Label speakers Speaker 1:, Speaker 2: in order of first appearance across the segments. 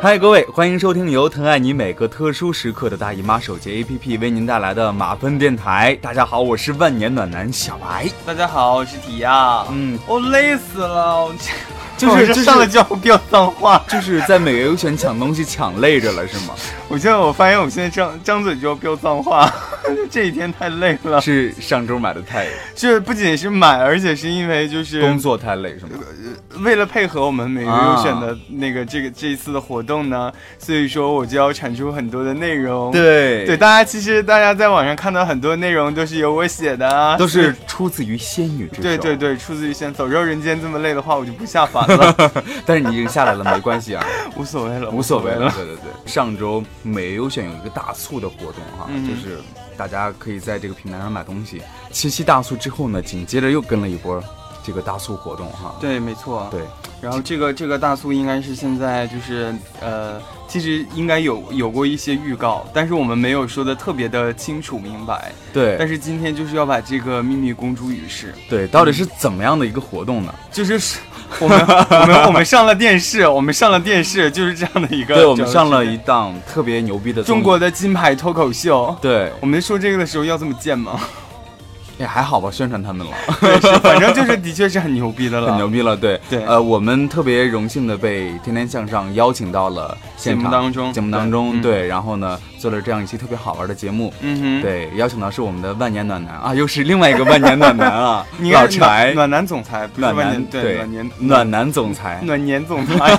Speaker 1: 嗨，各位，欢迎收听由疼爱你每个特殊时刻的大姨妈手机 APP 为您带来的马分电台。大家好，我是万年暖男小白。
Speaker 2: 大家好，我是提亚。
Speaker 1: 嗯，
Speaker 2: 我、哦累死了，我这
Speaker 1: 就是
Speaker 2: 啊我
Speaker 1: 就是
Speaker 2: 上来就要飙脏话。
Speaker 1: 就是在美游选抢东西抢累着了是 吗？
Speaker 2: 我现在我发现我现在张张嘴就要飙脏话， 这几天太累了。
Speaker 1: 是上周买的太
Speaker 2: 这不仅是买，而且是因为就是
Speaker 1: 工作太累是吗？
Speaker 2: 为了配合我们每个
Speaker 1: 啊
Speaker 2: 优选的那个这个这一次的活动呢，所以说我就要产出很多的内容。
Speaker 1: 对
Speaker 2: 对，，大家其实大家在网上看到很多内容都是由我写的啊，
Speaker 1: 都是出自于仙女之手。
Speaker 2: 对对对，出自于先走肉人间这么累的话，我就不下凡了，
Speaker 1: 但是你已经下来了，没关系啊，
Speaker 2: 无所谓了，
Speaker 1: 无所谓了。。对对对，上周美游选有一个大促的活动哈、
Speaker 2: 嗯
Speaker 1: 就是大家可以在这个平台上买东西。七夕大促之后呢，紧接着又跟了一波这个大促活动哈、
Speaker 2: 对，没错。
Speaker 1: 对，
Speaker 2: 然后这个这个大促应该是现在就是呃，其实应该有有过一些预告，但是我们没有说的特别的清楚明白。
Speaker 1: 对
Speaker 2: 但是今天就是要把这个秘密公诸于世，
Speaker 1: 对，到底是怎么样的一个活动呢？
Speaker 2: 就是是我们 我们我们上了电视，我们上了电视，就是这样的一个。
Speaker 1: 对我们上了
Speaker 2: 就是
Speaker 1: 一档特别牛逼的综
Speaker 2: 中国的金牌脱口秀。
Speaker 1: 对，
Speaker 2: 我们说这个的时候要这么 贱吗？
Speaker 1: 也还好吧，宣传他们了，
Speaker 2: 对， 是反正就是的确是很牛逼的了。
Speaker 1: 很牛逼了。对，
Speaker 2: 对
Speaker 1: 呃，我们特别荣幸的被《天天向上》邀请到了现场
Speaker 2: 节目当中
Speaker 1: 节目当中，
Speaker 2: 对嗯
Speaker 1: 对，然后呢，做了这样一期特别好玩的节目。
Speaker 2: 嗯哼。，
Speaker 1: 对，邀请到是我们的万年暖男啊，又是另外一个万年暖男啊
Speaker 2: 你应该
Speaker 1: 老
Speaker 2: 是暖
Speaker 1: 柴
Speaker 2: 暖男总裁，不是
Speaker 1: 暖
Speaker 2: 万
Speaker 1: 男
Speaker 2: 年对
Speaker 1: 对
Speaker 2: 暖年嗯
Speaker 1: 暖男总裁，
Speaker 2: 暖年总裁，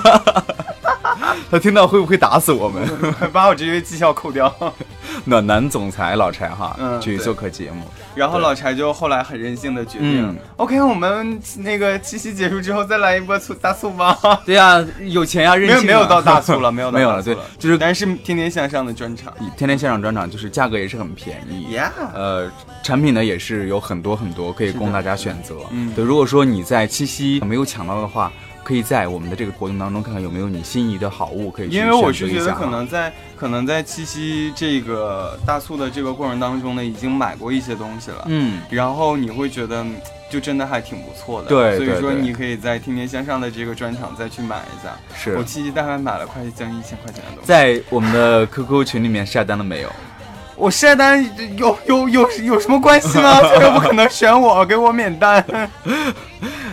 Speaker 1: 他听到会不会打死我们？
Speaker 2: 把我这些绩效扣掉。
Speaker 1: 暖男总裁老柴哈
Speaker 2: 嗯，
Speaker 1: 去
Speaker 2: 对
Speaker 1: 做客节目，
Speaker 2: 然后
Speaker 1: 对
Speaker 2: 老柴就后来很任性的决定、
Speaker 1: 嗯
Speaker 2: o k 我们那个七夕结束之后再来一波促大促吧。
Speaker 1: 对呀，有钱呀，任
Speaker 2: 没
Speaker 1: 性啊
Speaker 2: 有没有 到大促了，没有到
Speaker 1: 没有
Speaker 2: 大
Speaker 1: 了，
Speaker 2: 促
Speaker 1: 对，就是
Speaker 2: 但是天天向上的专场。
Speaker 1: 天天现场专场，就是价格也是很便宜。
Speaker 2: Yeah，
Speaker 1: 呃，产品呢也是有很多很多可以
Speaker 2: 的
Speaker 1: 供大家选择。
Speaker 2: 嗯
Speaker 1: 对，如果说你在七夕没有抢到的话，可以在我们的这个活动当中看看有没有你心仪的好物可以去
Speaker 2: 因为我
Speaker 1: 选
Speaker 2: 是
Speaker 1: 择
Speaker 2: 觉
Speaker 1: 一
Speaker 2: 得
Speaker 1: 下
Speaker 2: 可能在可能在七夕这个大促的这个过程当中呢，已经买过一些东西了，
Speaker 1: 嗯，
Speaker 2: 然后你会觉得嗯就真的还挺不错的。
Speaker 1: 对
Speaker 2: 所
Speaker 1: 对
Speaker 2: 以说
Speaker 1: 对
Speaker 2: 你可以在天天向上的这个专场再去买一下。
Speaker 1: 是
Speaker 2: 我七夕大概买了快将近一千块钱的东西。
Speaker 1: 在我们的 QQ 群里面晒单了没有？
Speaker 2: 我晒单有有有有什么关系 吗？他又不可能选我，给我免单。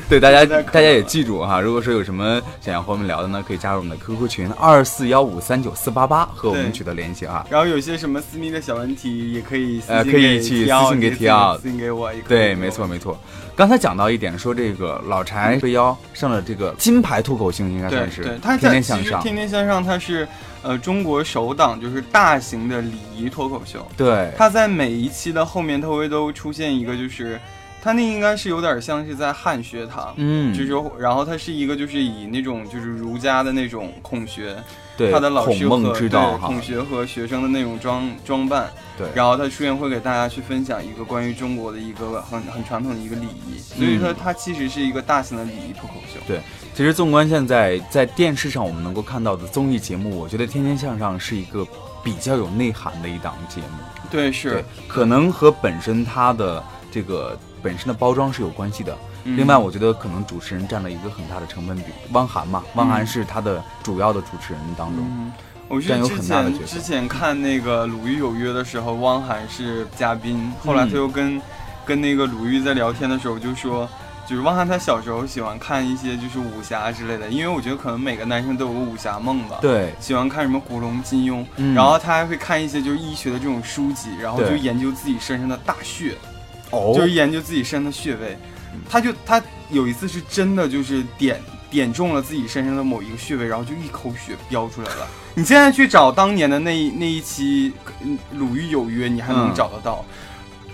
Speaker 1: 对，大家
Speaker 2: 在可
Speaker 1: 大家也记住哈，如果说有什么想要和我们聊的呢，可以加入我们的 QQ 群二四幺五三九四八八和我们
Speaker 2: 对
Speaker 1: 取得联系啊。
Speaker 2: 然后有些什么私密的小问题，也可以私
Speaker 1: 呃
Speaker 2: 信
Speaker 1: 可以
Speaker 2: 给
Speaker 1: 去
Speaker 2: 提奥
Speaker 1: 私信给
Speaker 2: 你可以
Speaker 1: 提奥
Speaker 2: 私信给我也可以。
Speaker 1: 对，没错没错。刚才讲到一点，说这个老柴被邀上了这个金牌脱口秀，应该
Speaker 2: 对
Speaker 1: 算是
Speaker 2: 对，他
Speaker 1: 天
Speaker 2: 在
Speaker 1: 天
Speaker 2: 其
Speaker 1: 向
Speaker 2: 实
Speaker 1: 上。
Speaker 2: 天天向上，它是呃中国首档就是大型的礼仪脱口秀。
Speaker 1: 对，
Speaker 2: 它在每一期的后面，它会都出现一个，就是它那应该是有点像是在汉学堂，
Speaker 1: 嗯，
Speaker 2: 就是说然后它是一个就是以那种就是儒家的那种孔学，
Speaker 1: 对
Speaker 2: 他的老师
Speaker 1: 孔孟
Speaker 2: 和
Speaker 1: 之道
Speaker 2: 对
Speaker 1: 哈
Speaker 2: 孔，学和学生的那种装装扮，
Speaker 1: 对，
Speaker 2: 然后他出现会给大家去分享一个关于中国的一个很很传统的一个礼仪，所以说
Speaker 1: 嗯
Speaker 2: 它其实是一个大型的礼仪脱口秀。
Speaker 1: 对，其实纵观现在在电视上我们能够看到的综艺节目，我觉得《天天向上》是一个比较有内涵的一档节目。
Speaker 2: 对，
Speaker 1: 对
Speaker 2: 是。，
Speaker 1: 可能和本身它的这个本身的包装是有关系的。
Speaker 2: 嗯
Speaker 1: 另外，我觉得可能主持人占了一个很大的成分比。汪涵嘛，汪涵是他的主要的主持人当中，
Speaker 2: 嗯，我是
Speaker 1: 占有
Speaker 2: 之
Speaker 1: 很大的
Speaker 2: 前
Speaker 1: 角色
Speaker 2: 之前看那个《鲁豫有约》的时候，汪涵是嘉宾，后来他
Speaker 1: 嗯
Speaker 2: 又跟、跟那个鲁豫在聊天的时候就说。就是汪涵，他小时候喜欢看一些就是武侠之类的，因为我觉得可能每个男生都有个武侠梦吧。
Speaker 1: 对，
Speaker 2: 喜欢看什么古龙、金庸，
Speaker 1: 嗯
Speaker 2: 然后他还会看一些就是医学的这种书籍，然后就
Speaker 1: 对
Speaker 2: 研究自己身上的大穴，
Speaker 1: 哦嗯
Speaker 2: 就是研究自己身上的穴位。他就他有一次是真的就是点点中了自己身上的某一个穴位，然后就一口血飙出来了。 你现在去找当年的那一那一期嗯《鲁豫有约》，你还能
Speaker 1: 嗯
Speaker 2: 找得到。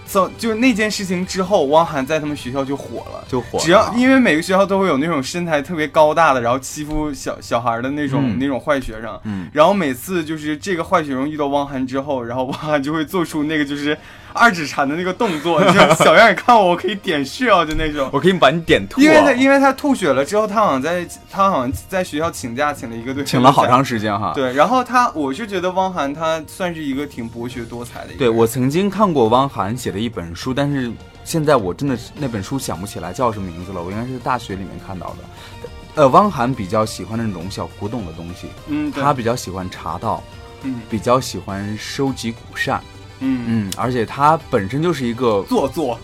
Speaker 2: so, 就是那件事情之后，汪涵在他们学校就火了。
Speaker 1: 就火了，
Speaker 2: 只要因为每个学校都会有那种身材特别高大的，然后欺负小小孩的那种、
Speaker 1: 嗯
Speaker 2: 那种坏学生，
Speaker 1: 嗯
Speaker 2: 然后每次就是这个坏学生遇到汪涵之后，然后汪涵就会做出那个就是二指禅的那个动作，就是小样儿，你看我，我可以点穴啊，就那种。
Speaker 1: 我可以把你点吐啊，
Speaker 2: 因为他因为他吐血了之后，他好像在他好像在学校请假请了一个队，
Speaker 1: 请了好。长时间哈。
Speaker 2: 对，然后他我是觉得汪涵他算是一个挺博学多才的一个人。
Speaker 1: 对我曾经看过汪涵写的一本书，但是现在我真的是那本书想不起来叫什么名字了。我应该是大学里面看到的，呃，汪涵比较喜欢那种小古董的东西，
Speaker 2: 嗯，对
Speaker 1: 他比较喜欢茶道，
Speaker 2: 嗯
Speaker 1: 比较喜欢收集古扇，
Speaker 2: 嗯
Speaker 1: 嗯，而且他本身就是一 个，
Speaker 2: 做作，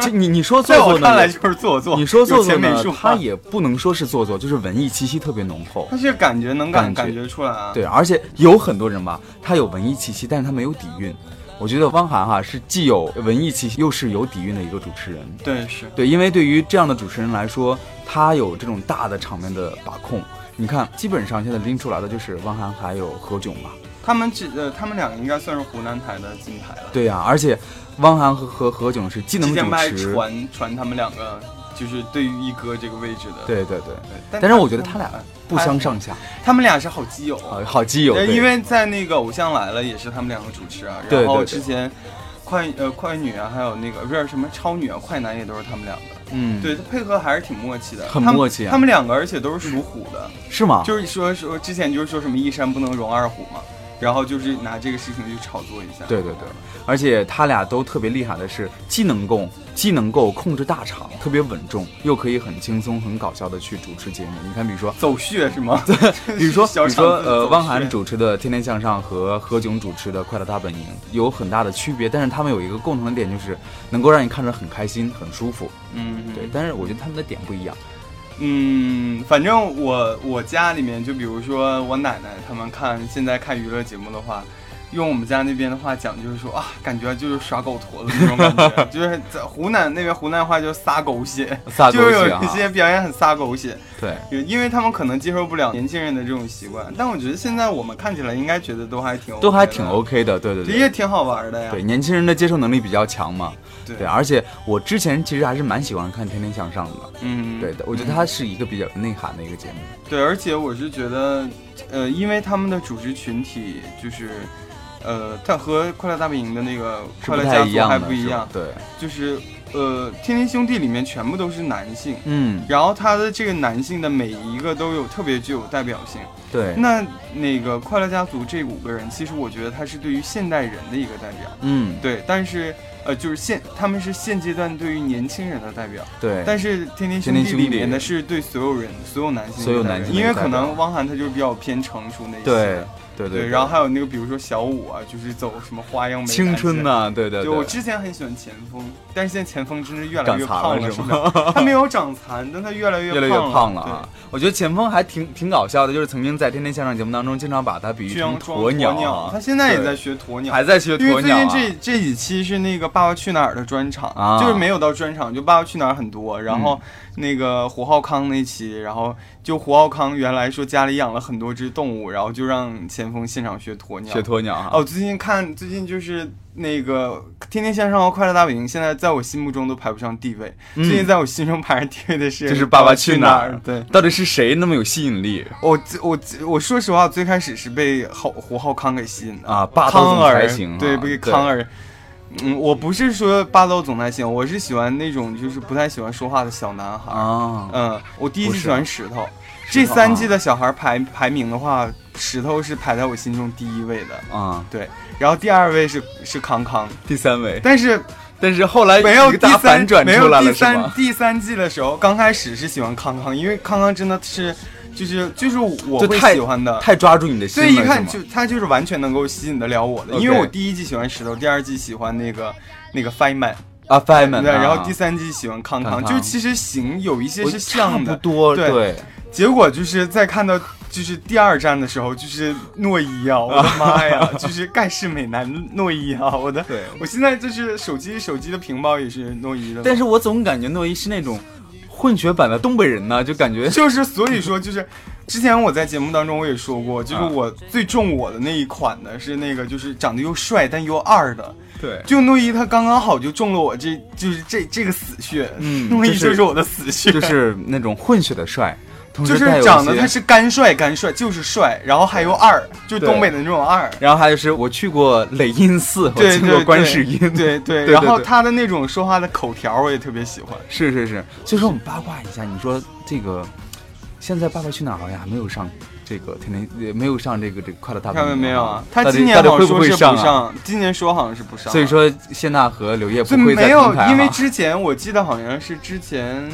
Speaker 1: 这你你说做
Speaker 2: 在我
Speaker 1: 作呢
Speaker 2: 看来？就是做作。
Speaker 1: 你说做
Speaker 2: 有
Speaker 1: 作
Speaker 2: 钱
Speaker 1: 呢
Speaker 2: 没处？
Speaker 1: 他
Speaker 2: 花，
Speaker 1: 也不能说是做作，就是文艺气息特别浓厚。
Speaker 2: 但是感觉能感
Speaker 1: 感
Speaker 2: 感
Speaker 1: 觉
Speaker 2: 觉出来啊。
Speaker 1: 对，而且有很多人吧，他有文艺气息，但是他没有底蕴。我觉得汪涵哈是既有文艺气息，又是有底蕴的一个主持人。
Speaker 2: 对是，
Speaker 1: 对，因为对于这样的主持人来说，他有这种大的场面的把控。你看，基本上现在拎出来的就是汪涵还有何炅吧。
Speaker 2: 他们只呃他们两个应该算是湖南台的金牌了。
Speaker 1: 对呀、而且汪涵和和何炅是既能
Speaker 2: 之前
Speaker 1: 主
Speaker 2: 不还
Speaker 1: 持，
Speaker 2: 传传他们两个就是对于一哥这个位置的。
Speaker 1: 对对对，
Speaker 2: 对，
Speaker 1: 但是我觉得他俩不相上下，
Speaker 2: 他们俩是好基友。
Speaker 1: 呃好好基友。
Speaker 2: 对，
Speaker 1: 对
Speaker 2: 因为在那个《偶像来了》也是他们两个主持啊，
Speaker 1: 对
Speaker 2: 然后
Speaker 1: 对对
Speaker 2: 之前快呃快女啊，还有那个不是什么超女啊、快男也都是他们两个，
Speaker 1: 嗯，
Speaker 2: 对，配合还是挺默契的，
Speaker 1: 很
Speaker 2: 他们
Speaker 1: 默契啊
Speaker 2: 他们两个而且都是属虎的，
Speaker 1: 是吗？
Speaker 2: 就是说说之前就是说什么一山不能容二虎嘛，然后就是拿这个事情去炒作一下。
Speaker 1: 对对对，而且他俩都特别厉害的是，既能够既能够控制大场，特别稳重，又可以很轻松、很搞笑的去主持节目。你看，比 如说，
Speaker 2: 走穴是吗？
Speaker 1: 比如说，比
Speaker 2: 小
Speaker 1: 如说，
Speaker 2: 场子
Speaker 1: 呃，
Speaker 2: 走
Speaker 1: 汪
Speaker 2: 穴
Speaker 1: 涵主持的《天天向上》和何炅主持的《快乐大本营》有很大的区别，但是他们有一个共同的点，就是能够让你看着很开心、很舒服。
Speaker 2: 嗯
Speaker 1: 对，但是我觉得他们的点不一 样。
Speaker 2: 嗯，反正我我家里面就比如说我奶奶他们看现在看娱乐节目的话，用我们家那边的话讲就是说啊，感觉就是耍狗驼的那种感觉， 就是在湖南那边湖南话就是撒狗血，
Speaker 1: 撒狗
Speaker 2: 就是
Speaker 1: 血
Speaker 2: 有一
Speaker 1: 啊！
Speaker 2: 些表演很撒狗血，
Speaker 1: 对，
Speaker 2: 因为他们可能接受不了年轻人的这种习惯，但我觉得现在我们看起来应该觉得都还挺、OK、
Speaker 1: 都还挺 OK 的。对对
Speaker 2: 的，
Speaker 1: 对
Speaker 2: 也。挺好玩的呀。
Speaker 1: 对，年轻人的接受能力比较强嘛。
Speaker 2: 对
Speaker 1: 对，而啊且我之前其实还是蛮喜欢看《天天向上》的。
Speaker 2: 嗯，
Speaker 1: 对的，我觉得
Speaker 2: 嗯
Speaker 1: 它是一个比较有内涵的一个节目。
Speaker 2: 对，而且我是觉得，呃，因为他们的主持群体就是，呃，它和《快乐大本营》的那个《
Speaker 1: 是
Speaker 2: 快
Speaker 1: 不
Speaker 2: 乐
Speaker 1: 太
Speaker 2: 家族
Speaker 1: 一》样
Speaker 2: 还
Speaker 1: 的，
Speaker 2: 不一
Speaker 1: 是吧
Speaker 2: 样，
Speaker 1: 对，
Speaker 2: 就是呃，《天天兄弟》里面全部都是男性，
Speaker 1: 嗯，
Speaker 2: 然后他的这个男性的每一个都有特别具有代表性。
Speaker 1: 嗯对，
Speaker 2: 那那个《快乐家族》这五个人，其实我觉得他是对于现代人的一个代表，
Speaker 1: 嗯，
Speaker 2: 对，但是呃，就是现他们是现阶段对于年轻人的代表。
Speaker 1: 对，
Speaker 2: 但是《天天兄
Speaker 1: 天天》
Speaker 2: 弟
Speaker 1: 兄弟
Speaker 2: 里面的是对所有人、所有男性的
Speaker 1: 所有
Speaker 2: 代表
Speaker 1: 男性的
Speaker 2: 因为
Speaker 1: 代表
Speaker 2: 可能汪涵他就是比较偏成熟那一些，
Speaker 1: 对，对
Speaker 2: 对
Speaker 1: 对，
Speaker 2: 然后还有那个比如说小五啊，就是走什么花样美男
Speaker 1: 青春
Speaker 2: 呐、
Speaker 1: 呐、对对
Speaker 2: 对我
Speaker 1: 对，
Speaker 2: 之前很喜欢前锋，但是现在前锋真是越来
Speaker 1: 长
Speaker 2: 越
Speaker 1: 残
Speaker 2: 胖
Speaker 1: 了是
Speaker 2: 是
Speaker 1: 吗
Speaker 2: 吗？ 他没有长残，但他越来越
Speaker 1: 越来越胖了啊
Speaker 2: 对！
Speaker 1: 我觉得前锋还挺挺搞笑的，就是曾经在《天天向上》节目当中，经常把他比喻
Speaker 2: 去
Speaker 1: 成
Speaker 2: 鸯庄鸵
Speaker 1: 鸟
Speaker 2: 鸟，
Speaker 1: 啊，
Speaker 2: 他现在也
Speaker 1: 对
Speaker 2: 在学鸵鸟。
Speaker 1: 还在学
Speaker 2: 因为
Speaker 1: 鸵
Speaker 2: 最
Speaker 1: 鸟
Speaker 2: 近
Speaker 1: 啊。
Speaker 2: 这这几期是那个《爸爸去哪儿》的专场，
Speaker 1: 啊嗯
Speaker 2: 就是没有到专场，就《爸爸去哪儿》很多。然后那个胡浩康那期，然后就胡浩康原来说家里养了很多只动物，然后就让前锋现场学鸵鸟
Speaker 1: 学。鸵鸟啊，
Speaker 2: 哦，最近看最近就是那个《天天向上》和《快乐大本营》，现在在我心目中都排不上地位。
Speaker 1: 嗯
Speaker 2: 最近在我心中排上地位的是
Speaker 1: 就是
Speaker 2: 爸
Speaker 1: 爸爸
Speaker 2: 去
Speaker 1: 去
Speaker 2: 哪
Speaker 1: 哪
Speaker 2: 儿
Speaker 1: 儿》。
Speaker 2: 对，
Speaker 1: 到底是谁那么有吸引力
Speaker 2: 我最我最我说实话，最开始是被浩胡浩康给吸引的
Speaker 1: 啊？霸道
Speaker 2: 康
Speaker 1: 总裁
Speaker 2: 儿
Speaker 1: 型、啊，
Speaker 2: 对，被康儿。嗯，我不是说霸道总裁型，我是喜欢那种就是不太喜欢说话的小男孩。
Speaker 1: 啊，
Speaker 2: 嗯，我第一
Speaker 1: 不
Speaker 2: 季
Speaker 1: 是啊
Speaker 2: 喜欢石头，
Speaker 1: 石
Speaker 2: 这
Speaker 1: 头
Speaker 2: 三
Speaker 1: 啊
Speaker 2: 季的小孩排排名的话，石头是排在我心中第一位的。
Speaker 1: 啊，
Speaker 2: 对，然后第二位是是康康，
Speaker 1: 第三位，
Speaker 2: 但是
Speaker 1: 但是后来
Speaker 2: 没有
Speaker 1: 一个
Speaker 2: 第
Speaker 1: 大
Speaker 2: 三
Speaker 1: 反转
Speaker 2: 没
Speaker 1: 出
Speaker 2: 有
Speaker 1: 来
Speaker 2: 第
Speaker 1: 了，是
Speaker 2: 三
Speaker 1: 吗？
Speaker 2: 第三季的时候，刚开始是喜欢康康，因为康康真的是就是就是我
Speaker 1: 就
Speaker 2: 会
Speaker 1: 太
Speaker 2: 喜欢的，
Speaker 1: 太抓住你的心
Speaker 2: 所
Speaker 1: 了，
Speaker 2: 以一看
Speaker 1: 是吗
Speaker 2: 就他就是完全能够吸引得了我的，
Speaker 1: OK
Speaker 2: 因为我第一季喜欢石头，第二季喜欢那个那个 Feynman，
Speaker 1: 啊，Feynman，
Speaker 2: 对，然后
Speaker 1: 啊
Speaker 2: 第三季喜欢康
Speaker 1: 康
Speaker 2: 康，
Speaker 1: 康
Speaker 2: 就其实型有一些
Speaker 1: 我
Speaker 2: 是
Speaker 1: 差
Speaker 2: 像
Speaker 1: 不
Speaker 2: 的，
Speaker 1: 多，
Speaker 2: 对结果就是在看到就是第二站的时候，就是诺 伊啊，我的妈呀，就是盖世美男诺伊啊，我的，
Speaker 1: 对
Speaker 2: 我现在就是手机手机的屏保也是诺伊的，
Speaker 1: 但是我总感觉诺伊是那种混血版的东北人呢，就感觉
Speaker 2: 就是所以说就是。之前我在节目当中我也说过，就是
Speaker 1: 啊
Speaker 2: 我最中我的那一款的是那个，就是长得又帅但又二的，
Speaker 1: 对
Speaker 2: 就诺伊他刚刚好就中了我这就是这这个死穴，
Speaker 1: 嗯
Speaker 2: 诺伊
Speaker 1: 就是
Speaker 2: 就是我的死穴，
Speaker 1: 就是那种混血的帅，同
Speaker 2: 就
Speaker 1: 时
Speaker 2: 是
Speaker 1: 带有一
Speaker 2: 长得
Speaker 1: 些
Speaker 2: 他是干帅干帅，就是帅，然后还有二，就是
Speaker 1: 对
Speaker 2: 东北的那种二，
Speaker 1: 然后还有是我去过雷音寺，我
Speaker 2: 对
Speaker 1: 见过
Speaker 2: 对
Speaker 1: 观世音，
Speaker 2: 对对对，
Speaker 1: 对
Speaker 2: 然后
Speaker 1: 对
Speaker 2: 他的那种说话的口条我也特别喜欢，
Speaker 1: 是是是。所以说我们八卦一下，你说这个现在《爸爸去哪儿》好像还没有上这个天天，也没有上这个这个快乐大本
Speaker 2: 看
Speaker 1: 营，
Speaker 2: 到没有啊？
Speaker 1: 到
Speaker 2: 他
Speaker 1: 底
Speaker 2: 今年
Speaker 1: 到
Speaker 2: 好
Speaker 1: 底
Speaker 2: 像
Speaker 1: 会不
Speaker 2: 说是
Speaker 1: 会上
Speaker 2: 不
Speaker 1: 啊？
Speaker 2: 上，今年说好像是不上，啊
Speaker 1: 所以。说谢娜和刘烨
Speaker 2: 所
Speaker 1: 不
Speaker 2: 以
Speaker 1: 会再
Speaker 2: 没有
Speaker 1: 同台，
Speaker 2: 因为
Speaker 1: 哈
Speaker 2: 之前我记得好像是之前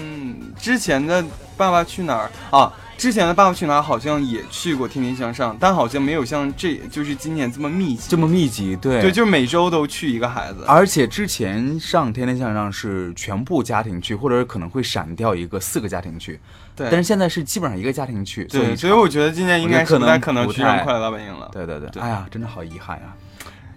Speaker 2: 之前的《爸爸去哪儿》啊，之前的《爸爸去哪儿》好像也去过《天天向上》，但好像没有像这就是今年这么密集。
Speaker 1: 这么密集，对啊
Speaker 2: 对，就是每周都去一个孩子。
Speaker 1: 而且之前上《天天向上》是全部家庭去，或者可能会闪掉一个四个家庭去，
Speaker 2: 对，
Speaker 1: 但是现在是基本上一个家庭去，做
Speaker 2: 对，
Speaker 1: 一
Speaker 2: 所以
Speaker 1: 场
Speaker 2: 我觉得今年应该是不太可能去上《快乐大本营》了。
Speaker 1: 对对对，
Speaker 2: 对
Speaker 1: 哎呀，真的好遗憾呀、
Speaker 2: 嗯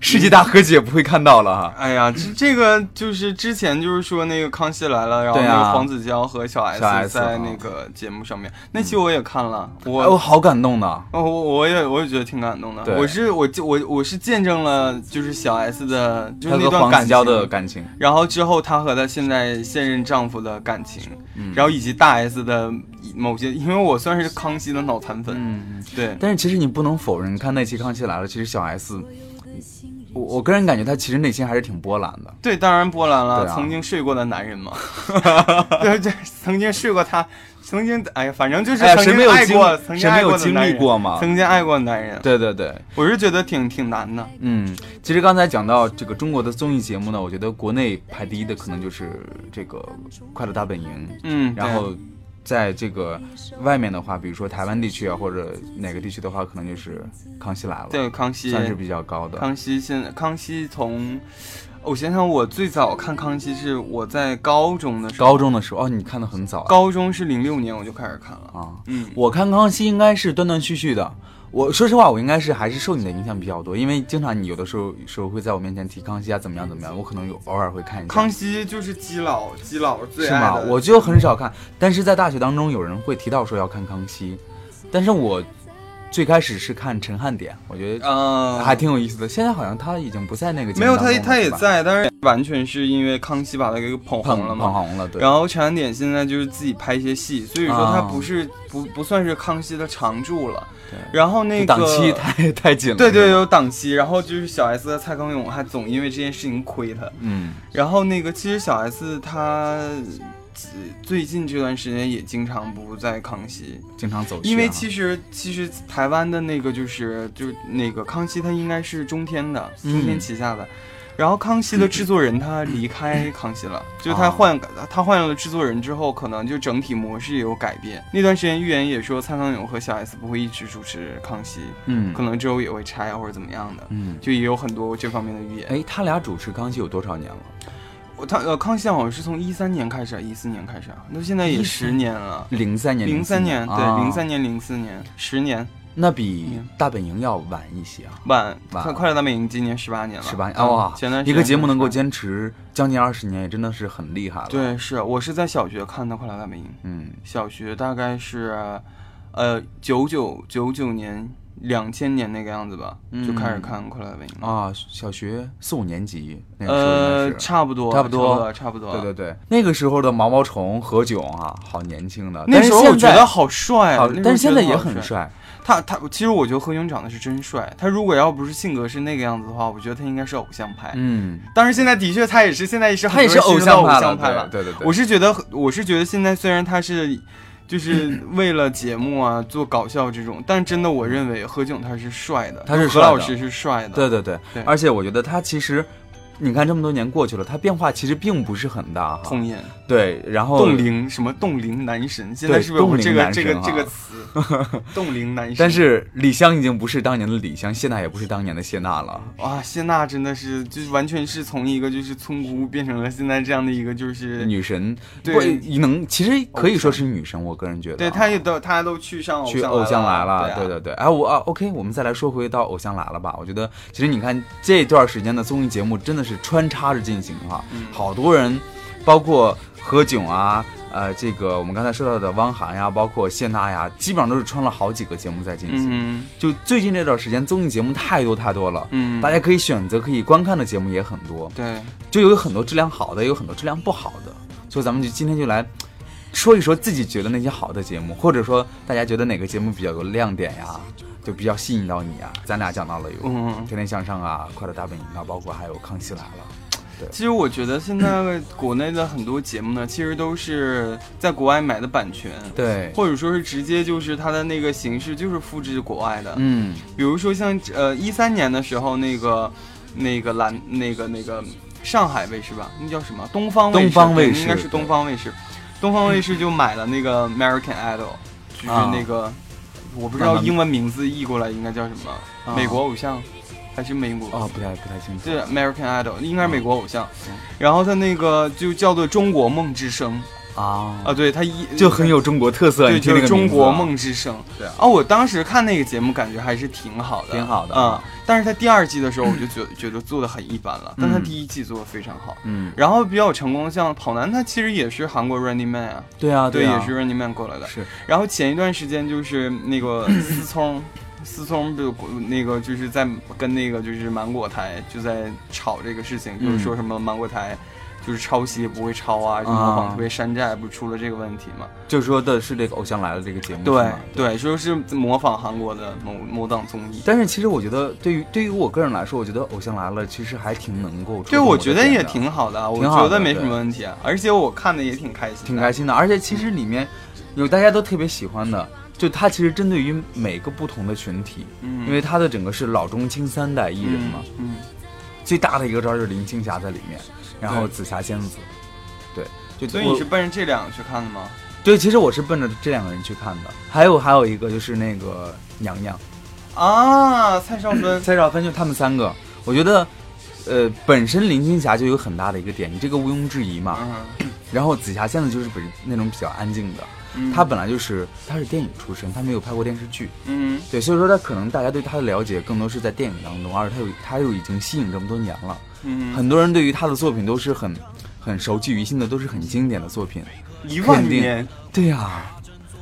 Speaker 1: 世界大和解不会看到了哈。
Speaker 2: 哎呀，这这个就是之前就是说那个《康熙来了》，然后
Speaker 1: 对
Speaker 2: 那
Speaker 1: 啊
Speaker 2: 个黄子佼和小 S
Speaker 1: 小 S 啊嗯
Speaker 2: 在那个节目上面，那期我也看了，我
Speaker 1: 哎我好感动呢。
Speaker 2: 哦，我我也我也觉得挺感动的。
Speaker 1: 对
Speaker 2: 我是我就我我是见证了就是小 S 的，就是
Speaker 1: 他
Speaker 2: 那
Speaker 1: 和
Speaker 2: 段
Speaker 1: 黄
Speaker 2: 感
Speaker 1: 子
Speaker 2: 情
Speaker 1: 佼的感情，
Speaker 2: 然后之后她和她现在现任丈夫的感情，
Speaker 1: 嗯
Speaker 2: 然后以及大 S 的某些，因为我算是康熙的脑残粉，
Speaker 1: 嗯，
Speaker 2: 对
Speaker 1: 但是其实你不能否认，看那期《康熙来了》，其实小 S，我我个人感觉他其实内心还是挺波澜的。
Speaker 2: 对，当然波兰了，
Speaker 1: 对啊
Speaker 2: 曾经睡过的男 人嘛，对对，曾经睡过他，曾经哎呀，反正就是
Speaker 1: 哎呀
Speaker 2: 曾
Speaker 1: 谁没
Speaker 2: 经
Speaker 1: 有
Speaker 2: 爱
Speaker 1: 经
Speaker 2: 过，曾经
Speaker 1: 谁没
Speaker 2: 爱
Speaker 1: 有
Speaker 2: 过的
Speaker 1: 经
Speaker 2: 男
Speaker 1: 历
Speaker 2: 人
Speaker 1: 过嘛
Speaker 2: 曾经爱过的男人，
Speaker 1: 对对对，
Speaker 2: 我是觉得挺挺难的，
Speaker 1: 嗯，其实刚才讲到这个中国的综艺节目呢，我觉得国内排第一的可能就是这个《快乐大本营》，
Speaker 2: 嗯，
Speaker 1: 然
Speaker 2: 对
Speaker 1: 后在这个外面的话，比如说台湾地区啊，或者哪个地区的话，可能就是《康熙来了》，
Speaker 2: 对康熙
Speaker 1: 算是比较高的。
Speaker 2: 康熙现康熙从，我想想，我最早看康熙是我在高中的时候，
Speaker 1: 高中的时候，哦，你看的很早啊
Speaker 2: 高中是零六年我就开始看了，
Speaker 1: 啊。
Speaker 2: 嗯，
Speaker 1: 我看康熙应该是断断续续的。我说实话，我应该是还是受你的影响比较多，因为经常你有的时候时候会在我面前提康熙啊怎么样怎么样，我可能有偶尔会看一下。
Speaker 2: 康熙就是基佬基佬最
Speaker 1: 是
Speaker 2: 爱
Speaker 1: 吗？
Speaker 2: 的，
Speaker 1: 我就很少看，但是在大学当中有人会提到说要看康熙，但是我最开始是看陈汉典，我觉得
Speaker 2: 嗯、
Speaker 1: 还挺有意思的。现在好像他已经不在那个节
Speaker 2: 没
Speaker 1: 目
Speaker 2: 有
Speaker 1: 当中
Speaker 2: 他
Speaker 1: 了
Speaker 2: 他也
Speaker 1: 是吧
Speaker 2: 在，但是完全是因为康熙把他给捧
Speaker 1: 捧
Speaker 2: 红了
Speaker 1: 捧
Speaker 2: 嘛。
Speaker 1: 红了，对。
Speaker 2: 然后陈汉典现在就是自己拍一些戏，所以说他
Speaker 1: 啊
Speaker 2: 不是、不不算是康熙的常驻了。
Speaker 1: 对
Speaker 2: 然后那个
Speaker 1: 就档期太太紧了，
Speaker 2: 对对
Speaker 1: 是吧，
Speaker 2: 有档期，然后就是小 S 和蔡康永还总因为这件事情亏他。
Speaker 1: 嗯，
Speaker 2: 然后那个，其实小 S 她呃最近这段时间也经常不在康熙，
Speaker 1: 经常走穴啊。
Speaker 2: 因为其实其实台湾的那个就是就是那个康熙，他应该是中天的，
Speaker 1: 嗯
Speaker 2: 中天旗下的。然后康熙的制作人他离开康熙了，就是他
Speaker 1: 啊
Speaker 2: 换他换了制作人之后，可能就整体模式也有改变。那段时间预言也说蔡康永和小 S 不会一直主持康熙，
Speaker 1: 嗯
Speaker 2: 可能之后也会拆或者怎么样的，
Speaker 1: 嗯，
Speaker 2: 就也有很多这方面的预言。
Speaker 1: 哎，他俩主持康熙有多少年了？
Speaker 2: 我他呃，康熙好像是从一三年开始，一四年开始啊，那现在也
Speaker 1: 13
Speaker 2: 十年了，
Speaker 1: 零三年，
Speaker 2: 零
Speaker 1: 四
Speaker 2: 三年对，零，三
Speaker 1: 啊
Speaker 2: 年零四年，十年
Speaker 1: 那比大本营要晚一些啊，
Speaker 2: 晚，
Speaker 1: 晚
Speaker 2: 快快乐大本营今年十八年了，
Speaker 1: 是吧？
Speaker 2: 嗯
Speaker 1: 啊哇，
Speaker 2: 前段时
Speaker 1: 一
Speaker 2: 间
Speaker 1: 个节目能够
Speaker 2: 是吧
Speaker 1: 坚持将近二十年，也真的是很厉害了。，
Speaker 2: 对，是我是在小学看的快乐大本营，
Speaker 1: 嗯，
Speaker 2: 小学大概是，呃九九九九年两千年那个样子吧，就开始
Speaker 1: 嗯
Speaker 2: 看快乐大本营，
Speaker 1: 啊，小学四五年级那个时候应
Speaker 2: 呃
Speaker 1: 该是。
Speaker 2: 差不多
Speaker 1: 差不
Speaker 2: 不
Speaker 1: 多
Speaker 2: 多差不多，
Speaker 1: 对对对，那个时候的毛毛虫何炅啊，好年轻的，
Speaker 2: 那时候
Speaker 1: 但
Speaker 2: 我
Speaker 1: 是
Speaker 2: 觉
Speaker 1: 现在
Speaker 2: 得好帅啊
Speaker 1: 好，
Speaker 2: 那时候
Speaker 1: 但是现在
Speaker 2: 觉得
Speaker 1: 也
Speaker 2: 好
Speaker 1: 很帅。
Speaker 2: 他他，其实我觉得何炅长得是真帅。他如果要不是性格是那个样子的话，我觉得他应该是偶像派。
Speaker 1: 嗯，
Speaker 2: 但是现在的确，他也是现在也是
Speaker 1: 他也是
Speaker 2: 很多人心中
Speaker 1: 偶
Speaker 2: 的
Speaker 1: 像
Speaker 2: 偶
Speaker 1: 派了
Speaker 2: 像派了。
Speaker 1: 对对对对
Speaker 2: 我是觉得，我是觉得现在虽然他是，就是
Speaker 1: 嗯
Speaker 2: 为了节目啊做搞笑这种，但真的我认为何炅他是帅的，
Speaker 1: 他是
Speaker 2: 何
Speaker 1: 帅的
Speaker 2: 老师是帅的。
Speaker 1: 对对对，
Speaker 2: 对
Speaker 1: 而且我觉得他其实，你看这么多年过去了，他变化其实并不是很大哈。
Speaker 2: 童颜、
Speaker 1: 对，然后
Speaker 2: 冻龄什么冻龄男神，现在
Speaker 1: 哦对
Speaker 2: 是不是有
Speaker 1: 冻龄
Speaker 2: 这个
Speaker 1: 男
Speaker 2: 这
Speaker 1: 神
Speaker 2: 个
Speaker 1: 啊
Speaker 2: 这个词？ 冻龄男神。
Speaker 1: 但是李湘已经不是当年的李湘，谢娜也不是当年的谢娜了。
Speaker 2: 哇，谢娜真的是，就是完全是从一个就是村姑变成了现在这样的一个就是
Speaker 1: 女神，
Speaker 2: 对
Speaker 1: 不能其实可以说是女神，我个人觉得。啊
Speaker 2: 对，他也都他都去上
Speaker 1: 去偶像
Speaker 2: 像
Speaker 1: 来
Speaker 2: 了，
Speaker 1: 了，对对对，哎，我啊，OK，我们再来说回到偶像来了吧。我觉得其实你看这段时间的综艺节目真的是穿插着进行哈，
Speaker 2: 嗯
Speaker 1: 好多人，包括何炅啊，呃，这个我们刚才说到的汪涵呀，包括谢娜呀，基本上都是穿了好几个节目在进行。
Speaker 2: 嗯
Speaker 1: 就最近这段时间，综艺节目太多太多了。
Speaker 2: 嗯，
Speaker 1: 大家可以选择可以观看的节目也很多，
Speaker 2: 对，
Speaker 1: 就有很多质量好的，也有很多质量不好的，所以咱们就今天就来说一说自己觉得那些好的节目，或者说大家觉得哪个节目比较有亮点呀，就比较吸引到你啊。咱俩讲到了有《
Speaker 2: 嗯，
Speaker 1: 天天向上》啊，《快乐大本营》啊，包括还有《康熙来了
Speaker 2: 其实我觉得现在国内的很多节目呢，其实都是在国外买的版权。》。
Speaker 1: 对，
Speaker 2: 或者说是直接就是它的那个形式就是复制国外的，
Speaker 1: 嗯，
Speaker 2: 比如说像呃一三年的时候那个那个蓝那个那个上海卫视吧，那叫什么东方卫视
Speaker 1: 东方卫视
Speaker 2: 对应该是东方卫视。东方卫视就买了那个 American Idol，就是
Speaker 1: 啊
Speaker 2: 那个、我不知道英文名字译过来应该叫什么，
Speaker 1: 啊
Speaker 2: 美国偶像还是美国？
Speaker 1: 哦，不太不太清楚。
Speaker 2: 对 American Idol 应该是美国偶像
Speaker 1: 嗯，
Speaker 2: 然后他那个就叫做《中国梦之声》
Speaker 1: 啊，
Speaker 2: 啊，对他一
Speaker 1: 就很有中国特色。
Speaker 2: 对，
Speaker 1: 你听那
Speaker 2: 就是
Speaker 1: 个
Speaker 2: 《中
Speaker 1: 名字
Speaker 2: 国
Speaker 1: 啊，
Speaker 2: 梦之声》
Speaker 1: 对啊
Speaker 2: 哦，我当时看那个节目，感觉还是挺好的，
Speaker 1: 挺好的
Speaker 2: 嗯
Speaker 1: 啊，
Speaker 2: 但是他第二季的时候，我就觉觉得做的很一般了，但他第一季做的非常好。
Speaker 1: 嗯，
Speaker 2: 然后比较成功，像跑男，他其实也是韩国 Running Man 啊，
Speaker 1: 对啊，
Speaker 2: 对，
Speaker 1: 啊
Speaker 2: 也是 Running Man 过来的。
Speaker 1: 是
Speaker 2: 然后前一段时间就是那个思聪， 思聪就那个就是在跟那个就是芒果台就在吵这个事情，就是
Speaker 1: 嗯
Speaker 2: 说什么芒果台就是抄袭也不会抄啊，什么
Speaker 1: 啊
Speaker 2: 模仿特别山寨，不是出了这个问题吗？
Speaker 1: 就说的是这个《偶像来了》这个节目，嗯是
Speaker 2: 对
Speaker 1: 吗
Speaker 2: 对，说是模仿韩国的某某档综艺。
Speaker 1: 但是其实我觉得，对于对于我个人来说，我觉得《偶像来了》其实还挺能够触
Speaker 2: 对，
Speaker 1: 动我
Speaker 2: 我
Speaker 1: 的
Speaker 2: 觉得
Speaker 1: 点的
Speaker 2: 也挺好的啊，我
Speaker 1: 挺好
Speaker 2: 觉得
Speaker 1: 的
Speaker 2: 没
Speaker 1: 对
Speaker 2: 什么问题啊，而且我看的也挺开心的，
Speaker 1: 挺开心的，而且其实里面有大家都特别喜欢的，就他其实针对于每个不同的群体，
Speaker 2: 嗯，
Speaker 1: 因为他的整个是老中青三代艺人嘛，
Speaker 2: 嗯，
Speaker 1: 最大的一个招就是林青霞在里面，然后
Speaker 2: 对
Speaker 1: 紫霞仙子，对，就
Speaker 2: 嗯，所以
Speaker 1: 我
Speaker 2: 你是奔着这两个去看的吗？
Speaker 1: 对，其实我是奔着这两个人去看的，还有还有一个就是那个娘娘
Speaker 2: 啊，蔡少芬，
Speaker 1: 蔡少芬，就他们三个，我觉得。呃，本身林青霞就有很大的一个点，你这个毋庸置疑嘛。
Speaker 2: 嗯
Speaker 1: 然后紫霞仙子就是比那种比较安静的，
Speaker 2: 嗯
Speaker 1: 她本来就是她是电影出身，她没有拍过电视剧，
Speaker 2: 嗯
Speaker 1: 对，所以说她可能大家对她的了解更多是在电影当中，而且她有她又已经吸引这么多年了，
Speaker 2: 嗯，
Speaker 1: 很多人对于她的作品都是很很熟记于心的，都是很经典的作品。
Speaker 2: 一万
Speaker 1: 肯定
Speaker 2: 年，
Speaker 1: 对呀、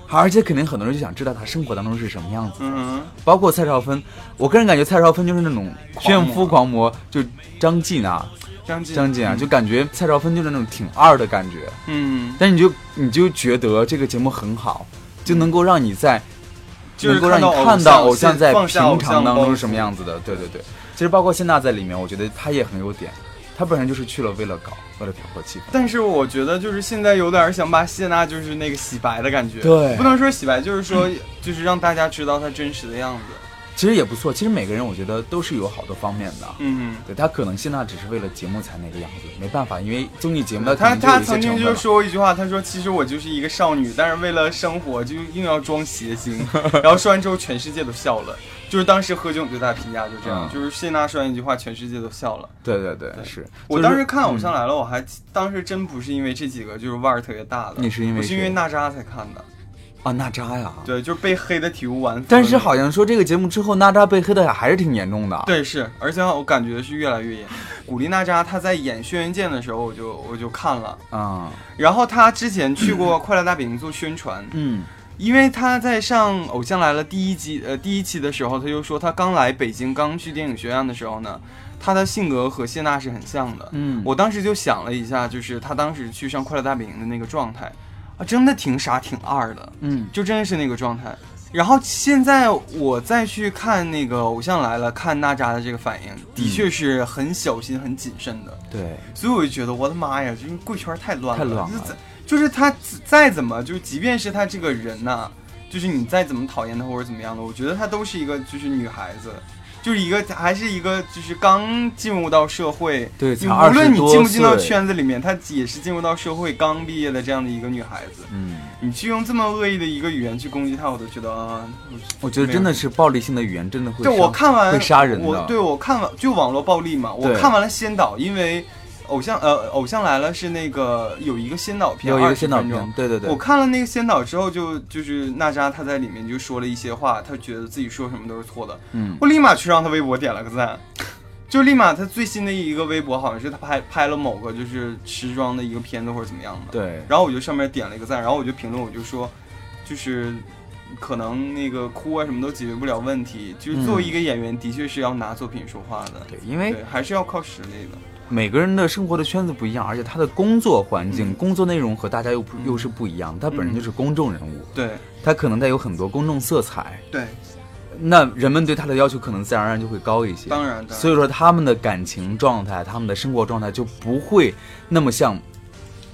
Speaker 1: 而且肯定很多人就想知道她生活当中是什么样子，
Speaker 2: 嗯
Speaker 1: 包括蔡少芬，我个人感觉蔡少芬就是那种炫
Speaker 2: 狂魔
Speaker 1: 夫狂魔，就张晋啊，
Speaker 2: 哼，张晋，
Speaker 1: 张晋啊，就感觉蔡少芬就是那种挺二的感觉，
Speaker 2: 嗯，
Speaker 1: 但你就你就觉得这个节目很好，就能够让你在
Speaker 2: 就
Speaker 1: 能
Speaker 2: 是
Speaker 1: 够让你
Speaker 2: 看
Speaker 1: 看
Speaker 2: 到
Speaker 1: 到
Speaker 2: 偶
Speaker 1: 偶
Speaker 2: 像
Speaker 1: 像
Speaker 2: 在
Speaker 1: 在
Speaker 2: 放
Speaker 1: 平
Speaker 2: 下偶像
Speaker 1: 常当
Speaker 2: 包
Speaker 1: 中
Speaker 2: 袱
Speaker 1: 是什么样子的。对对对，其实包括谢娜在里面，我觉得她也很有点，她本身就是去了为了搞，为了调和气氛。
Speaker 2: 但是我觉得就是现在有点想把谢娜就是那个洗白的感觉，
Speaker 1: 对
Speaker 2: 不能说洗白，就是说就是让大家知道她真实的样子，
Speaker 1: 其实也不错，其实每个人我觉得都是有好多方面的。
Speaker 2: 嗯。
Speaker 1: 对她可能谢娜只是为了节目才那个样子，没办法，因为综艺节目
Speaker 2: 他
Speaker 1: 它
Speaker 2: 他
Speaker 1: 呃肯
Speaker 2: 曾
Speaker 1: 定
Speaker 2: 经
Speaker 1: 就有一些
Speaker 2: 就
Speaker 1: 成分了
Speaker 2: 说过一句话，他说：“其实我就是一个少女，但是为了生活就硬要装邪 精。”然后说完之后，全世界都笑了。就是当时何炅对他的评价就这样，
Speaker 1: 嗯
Speaker 2: 就是谢娜说完一句话，全世界都笑了。
Speaker 1: 对对对是。
Speaker 2: 我
Speaker 1: 就是嗯
Speaker 2: 当时看《偶像来了》，我还当时真不是因为这几个就是腕儿特别大的，
Speaker 1: 你是因为
Speaker 2: 我是因
Speaker 1: 谁
Speaker 2: 为娜扎才看的，
Speaker 1: 啊娜扎呀，
Speaker 2: 对，就是被黑的体无完肤。
Speaker 1: 但是好像说这个节目之后娜扎被黑的还是挺严重的。
Speaker 2: 对是，而且我感觉是越来越严。古力娜扎她在演《轩辕剑》的时候，我就我就看了，
Speaker 1: 啊
Speaker 2: 然后她之前去过《快乐大本营》做宣传，
Speaker 1: 嗯
Speaker 2: 因为她在上《偶像来了》第一季呃第一期的时候，她就说她刚来北京刚去电影学院的时候呢，她的性格和谢娜是很像的，
Speaker 1: 嗯
Speaker 2: 我当时就想了一下，就是他当时去上《快乐大本营》的那个状态，啊，真的挺傻挺二的，
Speaker 1: 嗯
Speaker 2: 就真的是那个状态。然后现在我再去看那个《偶像来了》，看娜扎的这个反应，
Speaker 1: 嗯
Speaker 2: 的确是很小心、很谨慎的。
Speaker 1: 对
Speaker 2: 所以我就觉得，我的妈呀，就是贵圈太乱了，
Speaker 1: 太乱
Speaker 2: 就是
Speaker 1: 了
Speaker 2: 怎就是他再再怎么，就是即便是他这个人呐、就是你再怎么讨厌他或者怎么样的，我觉得他都是一个就是女孩子，就是一个还是一个就是刚进入到社会，
Speaker 1: 对
Speaker 2: 你
Speaker 1: 才
Speaker 2: 无论
Speaker 1: 20
Speaker 2: 你
Speaker 1: 多
Speaker 2: 进不进到
Speaker 1: 岁
Speaker 2: 圈子里面，她也是进入到社会刚毕业的这样的一个女孩子，
Speaker 1: 嗯。
Speaker 2: 你去用这么恶意的一个语言去攻击她，我都觉得啊，
Speaker 1: 我觉得真的是暴力性的语言真的会
Speaker 2: 对
Speaker 1: 伤
Speaker 2: 我看完
Speaker 1: 会杀人的，
Speaker 2: 我对我看完就网络暴力嘛，我
Speaker 1: 对
Speaker 2: 看完了先导，因为偶像呃偶像来了是那个有一个先导片，
Speaker 1: 有一个先导
Speaker 2: 20分钟
Speaker 1: 片，对对对，
Speaker 2: 我看了那个先导之后就，就是娜扎她在里面就说了一些话，她觉得自己说什么都是错的，
Speaker 1: 嗯
Speaker 2: 我立马去让她微博点了个赞，就立马她最新的一个微博好像是她拍拍了某个就是时装的一个片子或者怎么样的，
Speaker 1: 对，
Speaker 2: 然后我就上面点了一个赞，然后我就评论我就说，就是可能那个哭啊什么都解决不了问题，就是
Speaker 1: 嗯
Speaker 2: 作为一个演员的确是要拿作品说话的，
Speaker 1: 对，因为
Speaker 2: 对，还是要靠实力的，
Speaker 1: 每个人的生活的圈子不一样，而且他的工作环境、
Speaker 2: 嗯
Speaker 1: 工作内容和大家又不
Speaker 2: 嗯
Speaker 1: 又是不一样，他本身就是公众人物，
Speaker 2: 对
Speaker 1: 他可能带有很多公众色彩，
Speaker 2: 对，
Speaker 1: 那人们对他的要求可能自然而然就会高一些，
Speaker 2: 当然当然，
Speaker 1: 所以说他们的感情状态、他们的生活状态就不会那么像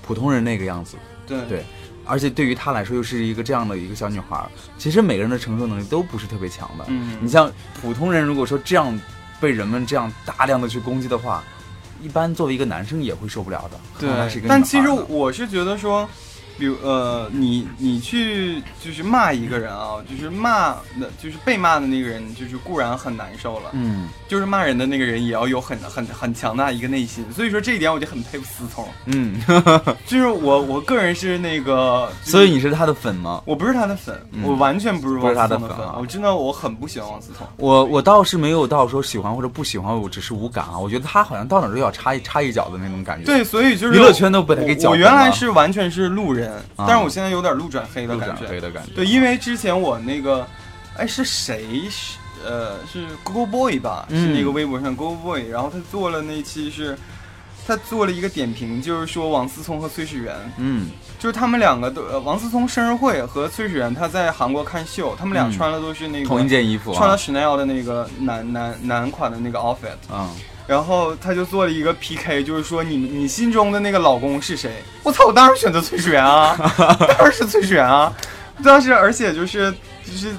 Speaker 1: 普通人那个样子，
Speaker 2: 对
Speaker 1: 对而且对于她来说又是一个这样的一个小女孩儿，其实每个人的承受能力都不是特别强的。
Speaker 2: 嗯
Speaker 1: 你像普通人，如果说这样被人们这样大量的去攻击的话，一般作为一个男生也会受不了的。何况她是一个
Speaker 2: 但
Speaker 1: 女孩
Speaker 2: 其实
Speaker 1: 呢
Speaker 2: 我是觉得说，比如呃，你你去就是骂一个人啊，就是骂的，就是被骂的那个人，就是固然很难受了，
Speaker 1: 嗯
Speaker 2: 就是骂人的那个人也要有很很很强大一个内心。所以说这一点我就很佩服思聪，
Speaker 1: 嗯，
Speaker 2: 就是我我个人是那个，就 是
Speaker 1: 所以你是他的粉吗？
Speaker 2: 我不是他的粉，
Speaker 1: 嗯
Speaker 2: 我完全不是
Speaker 1: 不
Speaker 2: 王思聪
Speaker 1: 是他的
Speaker 2: 粉
Speaker 1: 粉啊
Speaker 2: 我真的我很不喜欢王思聪。
Speaker 1: 我我倒是没有到说喜欢或者不喜欢，我只是无感啊。我觉得他好像到哪儿都要插一插一脚的那种感觉。，
Speaker 2: 对，所以就是
Speaker 1: 娱乐圈都被他给搅
Speaker 2: 我。
Speaker 1: 浑
Speaker 2: 我原来
Speaker 1: 了
Speaker 2: 是完全是路人，
Speaker 1: 啊
Speaker 2: 但是我现在有点路转黑的
Speaker 1: 有
Speaker 2: 感
Speaker 1: 点
Speaker 2: 觉。
Speaker 1: 黑的感觉。
Speaker 2: 对，因为之前我那个，哎，是谁是呃是 Google Boy 吧，
Speaker 1: 嗯
Speaker 2: 是那个微博上 Google Boy，然后他做了那期是，他做了一个点评，就是说王思聪和崔始源，
Speaker 1: 嗯
Speaker 2: 就是他们两个都，呃、王思聪生日会和崔始源他在韩国看秀，他们俩
Speaker 1: 嗯
Speaker 2: 穿的都是那个、
Speaker 1: 同一件衣服
Speaker 2: 穿
Speaker 1: 啊
Speaker 2: 了。Chanel 的那个男男男款的那个 outfit，
Speaker 1: 嗯，
Speaker 2: 然后他就做了一个 PK，就是说你你心中的那个老公是谁？我操，我当然选择崔始源 啊，当然是崔始源啊。当时而且就是就是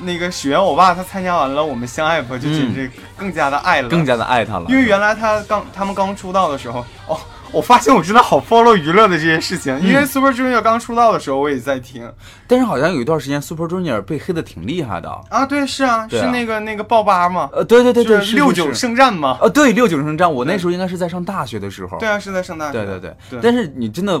Speaker 2: 那个始源欧巴，他参加完了我们相爱吧，就简直更加的爱了，
Speaker 1: 嗯更加的爱他了。
Speaker 2: 因为原来他刚他们刚出道的时候，哦，我发现我真的好 follow 娱乐的这些事情，
Speaker 1: 嗯
Speaker 2: 因为 Super Junior 刚出道的时候我也在听
Speaker 1: 但是好像有一段时间 Super Junior 被黑的挺厉害的。
Speaker 2: 啊，对，是啊，
Speaker 1: 对啊
Speaker 2: 是那个那个爆八嘛，
Speaker 1: 呃，对对对对，
Speaker 2: 就是六九
Speaker 1: 是
Speaker 2: 圣战嘛，
Speaker 1: 呃，对六九圣战，我那时候应该是在上大学的时候。
Speaker 2: 对啊，是在上大学，
Speaker 1: 对对对
Speaker 2: 对
Speaker 1: 但是你真的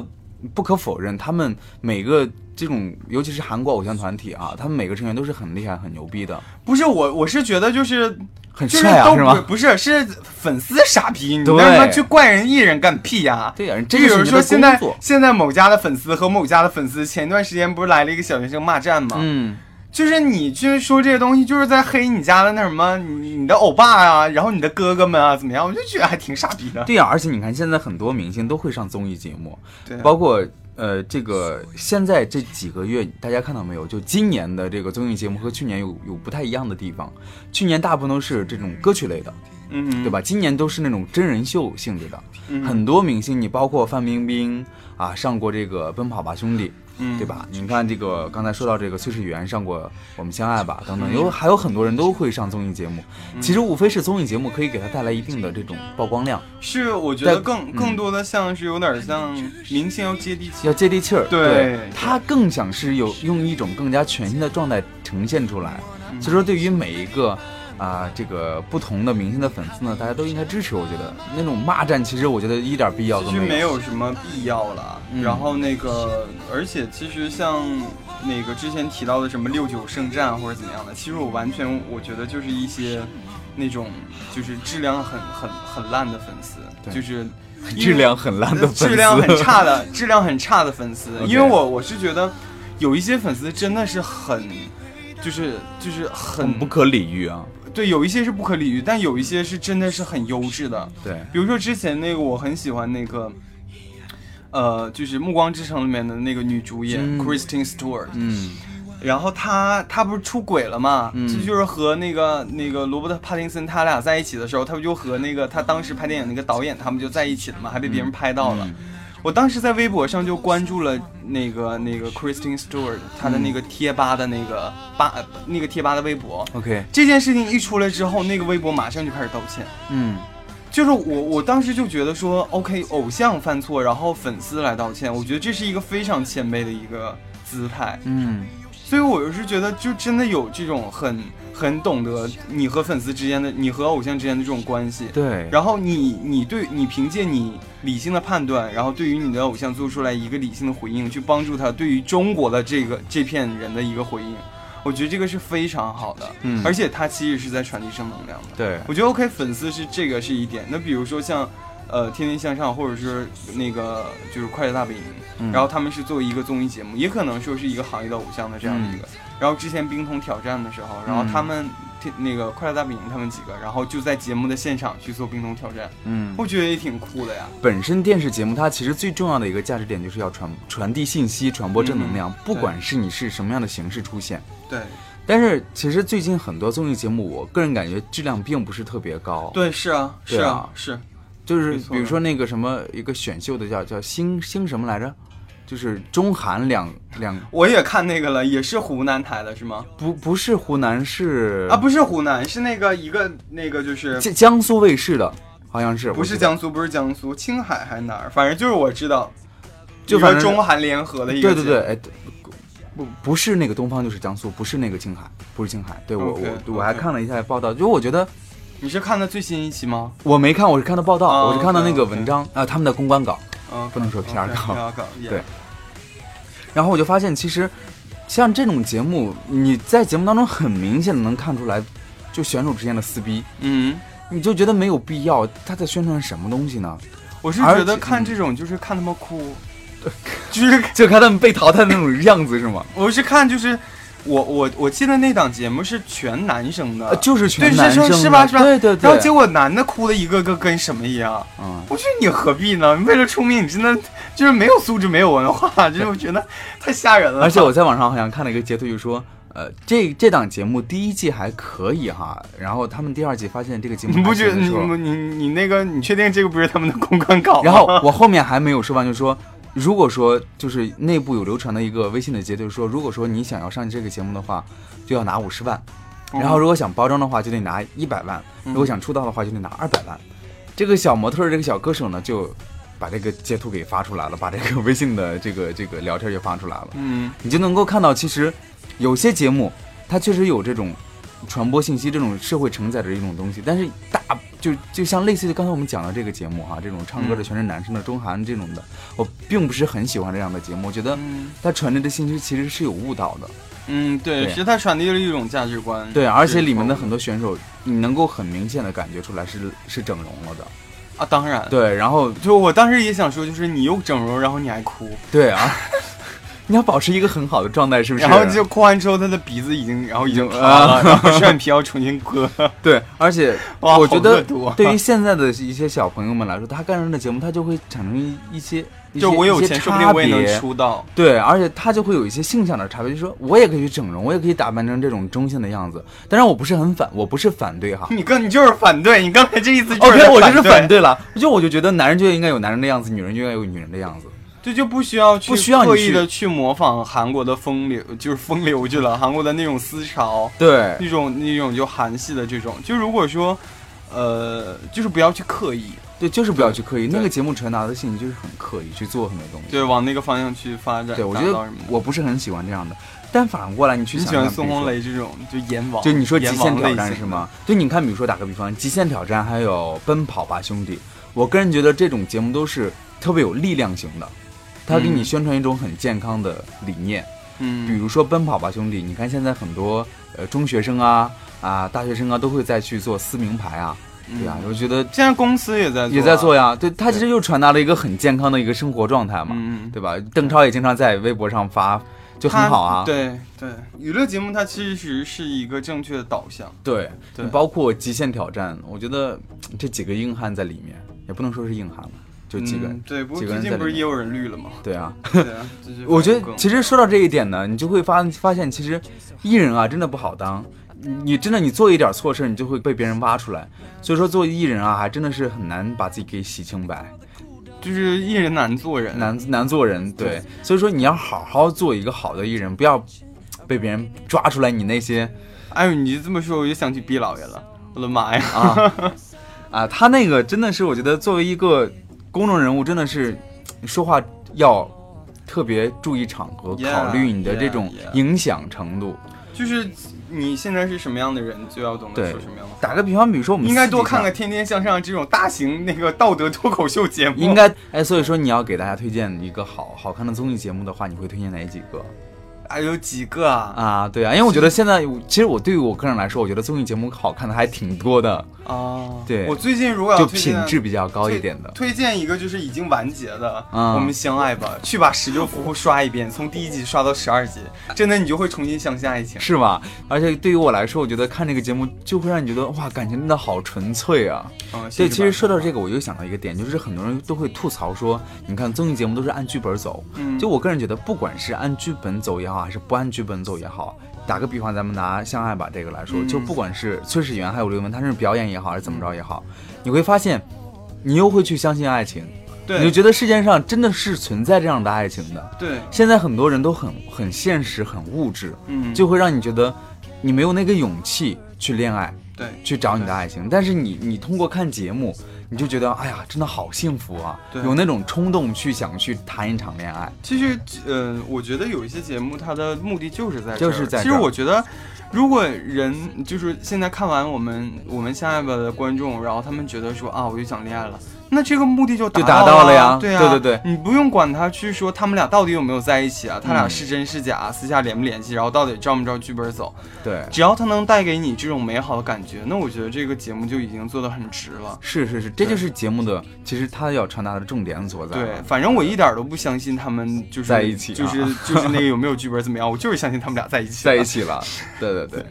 Speaker 1: 不可否认，他们每个这种，尤其是韩国偶像团体啊，他们每个成员都是很厉害、很牛逼的，
Speaker 2: 不是我，我是觉得就是
Speaker 1: 很
Speaker 2: 就是
Speaker 1: 帅啊，
Speaker 2: 都
Speaker 1: 是
Speaker 2: 不
Speaker 1: 吗？
Speaker 2: 不是，是粉丝傻逼，你他
Speaker 1: 对
Speaker 2: 妈去怪人艺人干屁呀？
Speaker 1: 对呀、这
Speaker 2: 就
Speaker 1: 就
Speaker 2: 有
Speaker 1: 是
Speaker 2: 人
Speaker 1: 你
Speaker 2: 说
Speaker 1: 的
Speaker 2: 现在
Speaker 1: 工作。
Speaker 2: 现在某家的粉丝和某家的粉丝，前段时间不是来了一个小学生骂战吗？
Speaker 1: 嗯，
Speaker 2: 就是你去说这些东西，就是在黑你家的那什么，你你的欧巴啊，然后你的哥哥们啊，怎么样？我就觉得还挺傻逼 的。
Speaker 1: 对呀、而且你看，现在很多明星都会上综艺节目，
Speaker 2: 对啊，
Speaker 1: 包括呃，这个现在这几个月，大家看到没有？就今年的这个综艺节目和去年有有不太一样的地方。去年大部分都是这种歌曲类的，
Speaker 2: 嗯，
Speaker 1: 对？吧？今年都是那种真人秀性质的，
Speaker 2: 嗯
Speaker 1: 很多明星，你包括范冰冰啊，上过这个《奔跑吧兄弟》，
Speaker 2: 嗯
Speaker 1: 对吧？你看这个刚才说到这个崔始源上过《我们相爱吧》等
Speaker 2: 嗯
Speaker 1: 等，有还有很多人都会上综艺节目。其实无非是综艺节目可以给他带来一定的这种曝光量，
Speaker 2: 是我觉得
Speaker 1: 在
Speaker 2: 更
Speaker 1: 嗯
Speaker 2: 更多的像是有点像明星要接地气
Speaker 1: 要。接地气儿。
Speaker 2: 对对
Speaker 1: 他更想是有用一种更加全新的状态呈现出来。
Speaker 2: 嗯
Speaker 1: 所以说，对于每一个。啊，这个不同的明星的粉丝呢，大家都应该支持。我觉得那种骂战，其实我觉得一点必要都
Speaker 2: 其实
Speaker 1: 没
Speaker 2: 没有什么必要了。
Speaker 1: 嗯
Speaker 2: 然后那个，而且其实像那个之前提到的什么六九圣战或者怎么样的，其实我完全我觉得就是一些那种就是质量很很很烂的粉丝，
Speaker 1: 对
Speaker 2: 就是
Speaker 1: 质量很烂的粉丝，
Speaker 2: 呃质量很差的 质量很差的粉丝，
Speaker 1: OK
Speaker 2: 因为我我是觉得有一些粉丝真的是很。就是就是很
Speaker 1: 很不可理喻啊。
Speaker 2: 对，有一些是不可理喻，但有一些是真的是很优质的。
Speaker 1: 对，
Speaker 2: 比如说之前那个我很喜欢那个，呃，就是《暮光之城》里面的那个女主演、
Speaker 1: 嗯
Speaker 2: Kristen Stewart，
Speaker 1: 嗯
Speaker 2: 然后她她不是出轨了嘛？
Speaker 1: 嗯
Speaker 2: 这就是和那个那个罗伯特·帕丁森他俩在一起的时候，他不就和那个他当时拍电影那个导演他们就在一起了嘛？还被别人拍到了。
Speaker 1: 嗯
Speaker 2: 我当时在微博上就关注了那个那个 Kristen Stewart 她的那个贴吧的那个
Speaker 1: 嗯
Speaker 2: 吧、呃那个贴吧的微博。
Speaker 1: ，OK，
Speaker 2: 这件事情一出来之后，那个微博马上就开始道歉。
Speaker 1: 嗯
Speaker 2: 就是我，我当时就觉得说，OK，偶像犯错，然后粉丝来道歉，我觉得这是一个非常谦卑的一个姿态。
Speaker 1: 嗯，
Speaker 2: 所以我是觉得，就真的有这种很很懂得你和粉丝之间的，你和偶像之间的这种关系。
Speaker 1: 对，
Speaker 2: 然后你你对你凭借你理性的判断，然后对于你的偶像做出来一个理性的回应，去帮助他对于中国的这个这片人的一个回应，我觉得这个是非常好的。
Speaker 1: 嗯
Speaker 2: 而且他其实是在传递正能量的。
Speaker 1: 对，
Speaker 2: 我觉得 OK，粉丝是这个是一点。那比如说像，呃，《天天向上》或者是那个就是《快乐大本营》
Speaker 1: 嗯
Speaker 2: 然后他们是作为一个综艺节目，也可能说是一个行业的偶像的这样的一
Speaker 1: 嗯
Speaker 2: 个。然后之前冰桶挑战的时候，然后他们、天那个《快乐大本营》他们几个，然后就在节目的现场去做冰桶挑战，
Speaker 1: 嗯，
Speaker 2: 我觉得也挺酷的呀。
Speaker 1: 本身电视节目它其实最重要的一个价值点就是要传传递信息、传播正能
Speaker 2: 嗯
Speaker 1: 量，不管是你是什么样的形式出现。
Speaker 2: 对
Speaker 1: 但是其实最近很多综艺节目，我个人感觉质量并不是特别高，，
Speaker 2: 对，是啊，是
Speaker 1: 对
Speaker 2: 啊
Speaker 1: 啊，
Speaker 2: 是。
Speaker 1: 就是
Speaker 2: 没错
Speaker 1: 比如说那个什么一个选秀的叫叫星星什么来着，就是中韩两两
Speaker 2: 我也看那个了，也是湖南台的是吗？
Speaker 1: 不不是湖南是
Speaker 2: 啊，不是湖南，是那个一个那个就是
Speaker 1: 江江苏卫视的，好像是
Speaker 2: 不是
Speaker 1: 江。
Speaker 2: 江苏，不是江苏，青海还是哪儿？反正就是我知道，
Speaker 1: 就
Speaker 2: 一个
Speaker 1: 反正
Speaker 2: 中韩联合的一个
Speaker 1: 对对
Speaker 2: 节目，
Speaker 1: 对，哎，对不不是那个东方就是江苏，不是那个青海，不是青海。对我
Speaker 2: OK，
Speaker 1: 我我还
Speaker 2: OK
Speaker 1: 看了一下报道，就我觉得
Speaker 2: 你是看的最新一期吗？
Speaker 1: 我没看，我是看的报道，
Speaker 2: 哦
Speaker 1: 我是看到那个
Speaker 2: OK，OK
Speaker 1: 文章啊、他们的公关稿，
Speaker 2: 嗯，
Speaker 1: 不能说 PR 稿
Speaker 2: PR 稿，
Speaker 1: 对然后我就发现其实像这种节目，你在节目当中很明显的能看出来，就选手之间的撕逼，
Speaker 2: 嗯。
Speaker 1: 你就觉得没有必要，他在宣传什么东西呢？
Speaker 2: 我是
Speaker 1: 而
Speaker 2: 觉得
Speaker 1: 且
Speaker 2: 看
Speaker 1: 嗯
Speaker 2: 这种就是看他们 哭，就是
Speaker 1: 就看他们被淘汰的那种样子是吗？
Speaker 2: 我是看就是我我我记得那档节目是全男生的，
Speaker 1: 呃 就是全
Speaker 2: 对
Speaker 1: 男生
Speaker 2: 是
Speaker 1: 的
Speaker 2: 是吧是吧
Speaker 1: 对对对。
Speaker 2: 然后结果男的哭的一个个跟什么一样。
Speaker 1: 嗯，
Speaker 2: 我觉得你何必呢？为了出名，你真的就是没有素质，没有文化，就是我觉得太吓人了。
Speaker 1: 而且我在网上好像看了一个截图，就说，呃，这这档节目第一季还可以哈，然后他们第二季发现这个节目
Speaker 2: 你不
Speaker 1: 还
Speaker 2: 觉得
Speaker 1: 行的
Speaker 2: 你
Speaker 1: 时候
Speaker 2: 你你你那个你确定这个不是他们的公关稿吗？
Speaker 1: 然后我后面还没有说完，就说，如果说就是内部有流传的一个微信的截图，说如果说你想要上这个节目的话，就要拿五十万，然后如果想包装的话，就得拿一百万，
Speaker 2: 嗯
Speaker 1: 如果想出道的话，就得拿二百万。这个小模特儿，这个小歌手呢，就把这个截图给发出来了，把这个微信的这个这个聊天就发出来了。
Speaker 2: 嗯
Speaker 1: 你就能够看到，其实有些节目它确实有这种传播信息、这种社会承载的一种东西，但是大就就像类似于刚才我们讲的这个节目啊，这种唱歌的
Speaker 2: 嗯
Speaker 1: 全是男生的中韩这种的，我并不是很喜欢这样的节目，我觉得
Speaker 2: 嗯
Speaker 1: 它传递的信息其实是有误导的。
Speaker 2: 嗯，对，
Speaker 1: 对
Speaker 2: 其实他传递了一种价值观，
Speaker 1: 对，而且里面的
Speaker 2: 是
Speaker 1: 很多选手，你能够很明显的感觉出来是是整容了的。
Speaker 2: 啊，当然，
Speaker 1: 对，然后
Speaker 2: 就我当时也想说，就是你又整容，然后你还哭，
Speaker 1: 对啊， 你要保持一个很好的状态，是不是？嗯
Speaker 2: 然后就哭完之后，他的鼻子已经，然后已经塌了，然后双眼皮要重新割。
Speaker 1: 对，而且
Speaker 2: 哇
Speaker 1: 我觉
Speaker 2: 好恶
Speaker 1: 得
Speaker 2: 毒啊
Speaker 1: 对于现在的一些小朋友们来说，他干上的节目，他就会产生一一些一些
Speaker 2: 就我有
Speaker 1: 一些
Speaker 2: 钱，说
Speaker 1: 差
Speaker 2: 不
Speaker 1: 别。
Speaker 2: 定我也能出道。
Speaker 1: 对，而且他就会有一些性向的差别，就是说我也可以去整容，我也可以打扮成这种中性的样子。当然，我不是很反，我不是反对 哈。
Speaker 2: 你刚你就是反对，你刚才这意思就是
Speaker 1: OK，我就是
Speaker 2: 反
Speaker 1: 反，对了，就我就觉得男人就应该有男人的样子，女人就应该有女人的样子。
Speaker 2: 这就不需要去
Speaker 1: 不需要你
Speaker 2: 刻
Speaker 1: 去
Speaker 2: 意的去模仿韩国的风流，就是风流去了，韩国的那种思潮，
Speaker 1: 对，
Speaker 2: 那种那种就韩系的这种。就如果说，呃，就是不要去刻意，
Speaker 1: 对，就是不要去刻意。
Speaker 2: 对
Speaker 1: 那个节目传达的信息就是很刻意去做很多东西。
Speaker 2: 对，往那个方向去发展。
Speaker 1: 对，我
Speaker 2: 达
Speaker 1: 觉得
Speaker 2: 到什么的
Speaker 1: 我不是很喜欢这样的。但反过来，你去
Speaker 2: 你
Speaker 1: 想
Speaker 2: 喜欢
Speaker 1: 想
Speaker 2: 宋
Speaker 1: 比如
Speaker 2: 红
Speaker 1: 说
Speaker 2: 雷这种，就阎王，
Speaker 1: 就你说极
Speaker 2: 阎
Speaker 1: 限
Speaker 2: 王
Speaker 1: 挑
Speaker 2: 类
Speaker 1: 战
Speaker 2: 型
Speaker 1: 是吗？就你看，比如说打个比方，极限挑战还有奔跑吧兄弟，我个人觉得这种节目都是特别有力量型的，它给你
Speaker 2: 嗯
Speaker 1: 宣传一种很健康的理念。
Speaker 2: 的？嗯，
Speaker 1: 比如说奔跑吧兄弟，你看现在很多呃中学生啊啊大学生啊都会再去做撕名牌啊，对啊
Speaker 2: 嗯，
Speaker 1: 我觉得
Speaker 2: 现在公司也在啊
Speaker 1: 也在做
Speaker 2: 呀，
Speaker 1: 呀，对，它其实又传达了一个很健康的一个生活状态嘛，
Speaker 2: 嗯，
Speaker 1: 对吧？邓超也经常在微博上发，就很
Speaker 2: 它
Speaker 1: 好啊。
Speaker 2: 对对，娱乐节目它其实是一个正确的导向，
Speaker 1: 对，
Speaker 2: 对
Speaker 1: 包括《极限挑战》，我觉得嗯这几个硬汉在里面，也不能说是硬汉吧，就几个人。
Speaker 2: 嗯对，不过
Speaker 1: 几个
Speaker 2: 最
Speaker 1: 人
Speaker 2: 近
Speaker 1: 在
Speaker 2: 不
Speaker 1: 里
Speaker 2: 是
Speaker 1: 面
Speaker 2: 也有人绿 了吗？
Speaker 1: 对啊，
Speaker 2: 对啊，这就
Speaker 1: 我觉
Speaker 2: 反
Speaker 1: 得
Speaker 2: 正
Speaker 1: 其实说到这一点呢，你就会发发现，其实艺人啊真的不好当。你真的你做一点错事儿，你就会被别人挖出来。所以说，做艺人啊，还真的是很难把自己给洗清白，
Speaker 2: 就是艺人难做人，
Speaker 1: 难难做人。对，所以说你要好好做一个好的艺人，不要被别人抓出来你那些
Speaker 2: 哎呦，你这么说我就想起毕老爷了，我的妈呀！
Speaker 1: 啊啊，他那个真的是，我觉得作为一个公众人物，真的是你说话要特别注意场合
Speaker 2: Yeah,
Speaker 1: 考虑你的这种
Speaker 2: yeah, yeah.
Speaker 1: 影响程度。
Speaker 2: 就是你现在是什么样的人，就要懂得
Speaker 1: 对
Speaker 2: 说什么样的话。
Speaker 1: 打个比方，比如说我们
Speaker 2: 应该
Speaker 1: 私底
Speaker 2: 多看看
Speaker 1: 下
Speaker 2: 《天天向上》这种大型那个道德脱口秀节目。
Speaker 1: 应该哎，所以说你要给大家推荐一个好好看的综艺节目的话，你会推荐哪几个
Speaker 2: 哎，有几个啊？
Speaker 1: 啊？对啊，因为我觉得现在其实我对于我个人来说，我觉得综艺节目好看的还挺多的，
Speaker 2: 啊，
Speaker 1: 对
Speaker 2: 我最近如果要
Speaker 1: 就
Speaker 2: 推
Speaker 1: 品
Speaker 2: 荐
Speaker 1: 质比较高一点的。
Speaker 2: 推推荐一个就是已经完结的，
Speaker 1: 嗯
Speaker 2: 我们相爱吧，去把十六夫妇刷一遍，从第一集刷到十二集，真的你就会重新相信爱情。
Speaker 1: 是吧？而且对于我来说，我觉得看这个节目就会让你觉得哇，感情真的好纯粹啊！
Speaker 2: 嗯，
Speaker 1: 对，其实
Speaker 2: 是
Speaker 1: 说到这个，我又想到一个点，就是很多人都会吐槽说，你看综艺节目都是按剧本走。
Speaker 2: 嗯
Speaker 1: 就我个人觉得，不管是按剧本走也好，还是不按剧本走也好，打个比方，咱们拿《相爱吧》这个来说，
Speaker 2: 嗯
Speaker 1: 就不管是崔始源还有刘雯，他是表演也好，还是怎么着也好，你会发现，你又会去相信爱情，你就
Speaker 2: 对
Speaker 1: 觉得世界上真的是存在这样的爱情的。
Speaker 2: 对，
Speaker 1: 现在很多人都很很现实、很物质，
Speaker 2: 嗯，
Speaker 1: 就会让你觉得你没有那个勇气去恋爱。
Speaker 2: 对
Speaker 1: 去找你的爱情，但是你你通过看节目，你就觉得哎呀，真的好幸福啊，
Speaker 2: 对
Speaker 1: 有那种冲动去想去谈一场恋爱。
Speaker 2: 其实，呃，我觉得有一些节目，它的目的就是在这儿
Speaker 1: 就是在
Speaker 2: 其
Speaker 1: 这
Speaker 2: 实
Speaker 1: 儿
Speaker 2: 我觉得，如果人就是现在看完我们我们下一把的观众，然后他们觉得说啊，我就想恋爱了，那这个目的就
Speaker 1: 就
Speaker 2: 达
Speaker 1: 达到了
Speaker 2: 了
Speaker 1: 呀
Speaker 2: 对啊，
Speaker 1: 对对对，
Speaker 2: 你不用管他去说他们俩到底有没有在一起啊，他俩
Speaker 1: 嗯
Speaker 2: 是真是假，私下联不联系，然后到底照没照剧本走，
Speaker 1: 对，
Speaker 2: 只要他能带给你这种美好的感觉，那我觉得这个节目就已经做得很值了。
Speaker 1: 是是是，这就是节目的其实它要传达的重点所在。
Speaker 2: 对，，反正我一点儿都不相信他们就是
Speaker 1: 在一起啊
Speaker 2: 就是就是那个有没有剧本怎么样，我就是相信他们俩在一起。
Speaker 1: 在一，起了， 对对对，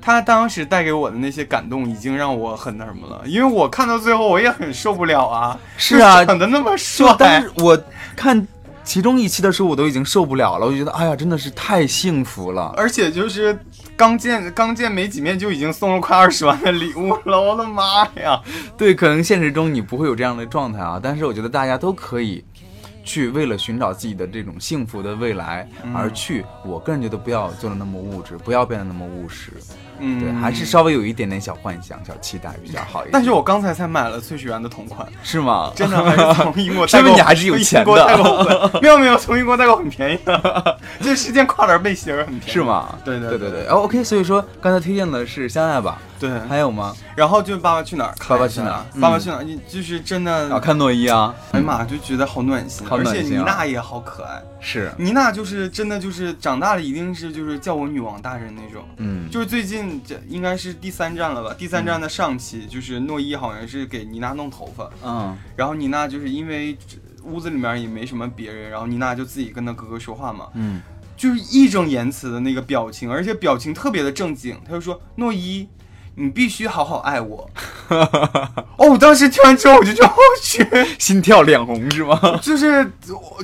Speaker 2: 他当时带给我的那些感动已经让我很那什么了，因为我看到最后我也很受不了啊。
Speaker 1: 是啊
Speaker 2: 就长得那么
Speaker 1: 就但
Speaker 2: 帅，
Speaker 1: 是我看其中一期的时候，我都已经受不了了，我就觉得哎呀，真的是太幸福了。
Speaker 2: 而且就是刚见刚见没几面就已经送了快二十万的礼物了，我的妈呀！
Speaker 1: 对，可能现实中你不会有这样的状态啊，但是我觉得大家都可以去为了寻找自己的这种幸福的未来而去。我个人觉得不要做的那么物质，不要变得那么务实，
Speaker 2: 嗯，
Speaker 1: 对，还是。稍微有一点点小幻想、小期待比较 好一点。
Speaker 2: 但是我刚才才买了崔始源的同款，
Speaker 1: 是吗？
Speaker 2: 真的还是从英 国
Speaker 1: 说
Speaker 2: 代
Speaker 1: 明
Speaker 2: 购，
Speaker 1: 你还是有钱的
Speaker 2: 从英国代购回来没有没有，从英国代购很便宜的，这是件跨栏背心儿很便宜。
Speaker 1: 是？吗？
Speaker 2: 对
Speaker 1: 对
Speaker 2: 对
Speaker 1: 对
Speaker 2: 对
Speaker 1: 哦，OK，所以说刚才推荐的是《相爱吧
Speaker 2: 对。》，哎
Speaker 1: 还有吗？
Speaker 2: 然后就《爸爸去哪儿》
Speaker 1: 爸
Speaker 2: 看一下，
Speaker 1: 爸去哪儿嗯
Speaker 2: 爸爸去哪儿，你就是真的，
Speaker 1: 啊，看诺一啊，
Speaker 2: 哎呀妈，就觉得好暖心，
Speaker 1: 好暖心啊
Speaker 2: 而且妮娜也好可爱，
Speaker 1: 是，
Speaker 2: 妮娜就是真的就是长大了一定是就是叫我女王大人那种。
Speaker 1: 嗯，
Speaker 2: 就是最近这应该是第三站了吧？第三站的上期就是诺一好像是给妮娜弄头发，
Speaker 1: 嗯，
Speaker 2: 然后妮娜就是因为屋子里面也没什么别人，然后妮娜就自己跟她哥哥说话嘛，
Speaker 1: 嗯，
Speaker 2: 就是义正言辞的那个表情，而且表情特别的正经。他就说：“诺一，你必须好好爱我。”哦，我当时听完之后我就觉得，我去，
Speaker 1: 心跳脸红是吗？
Speaker 2: 就是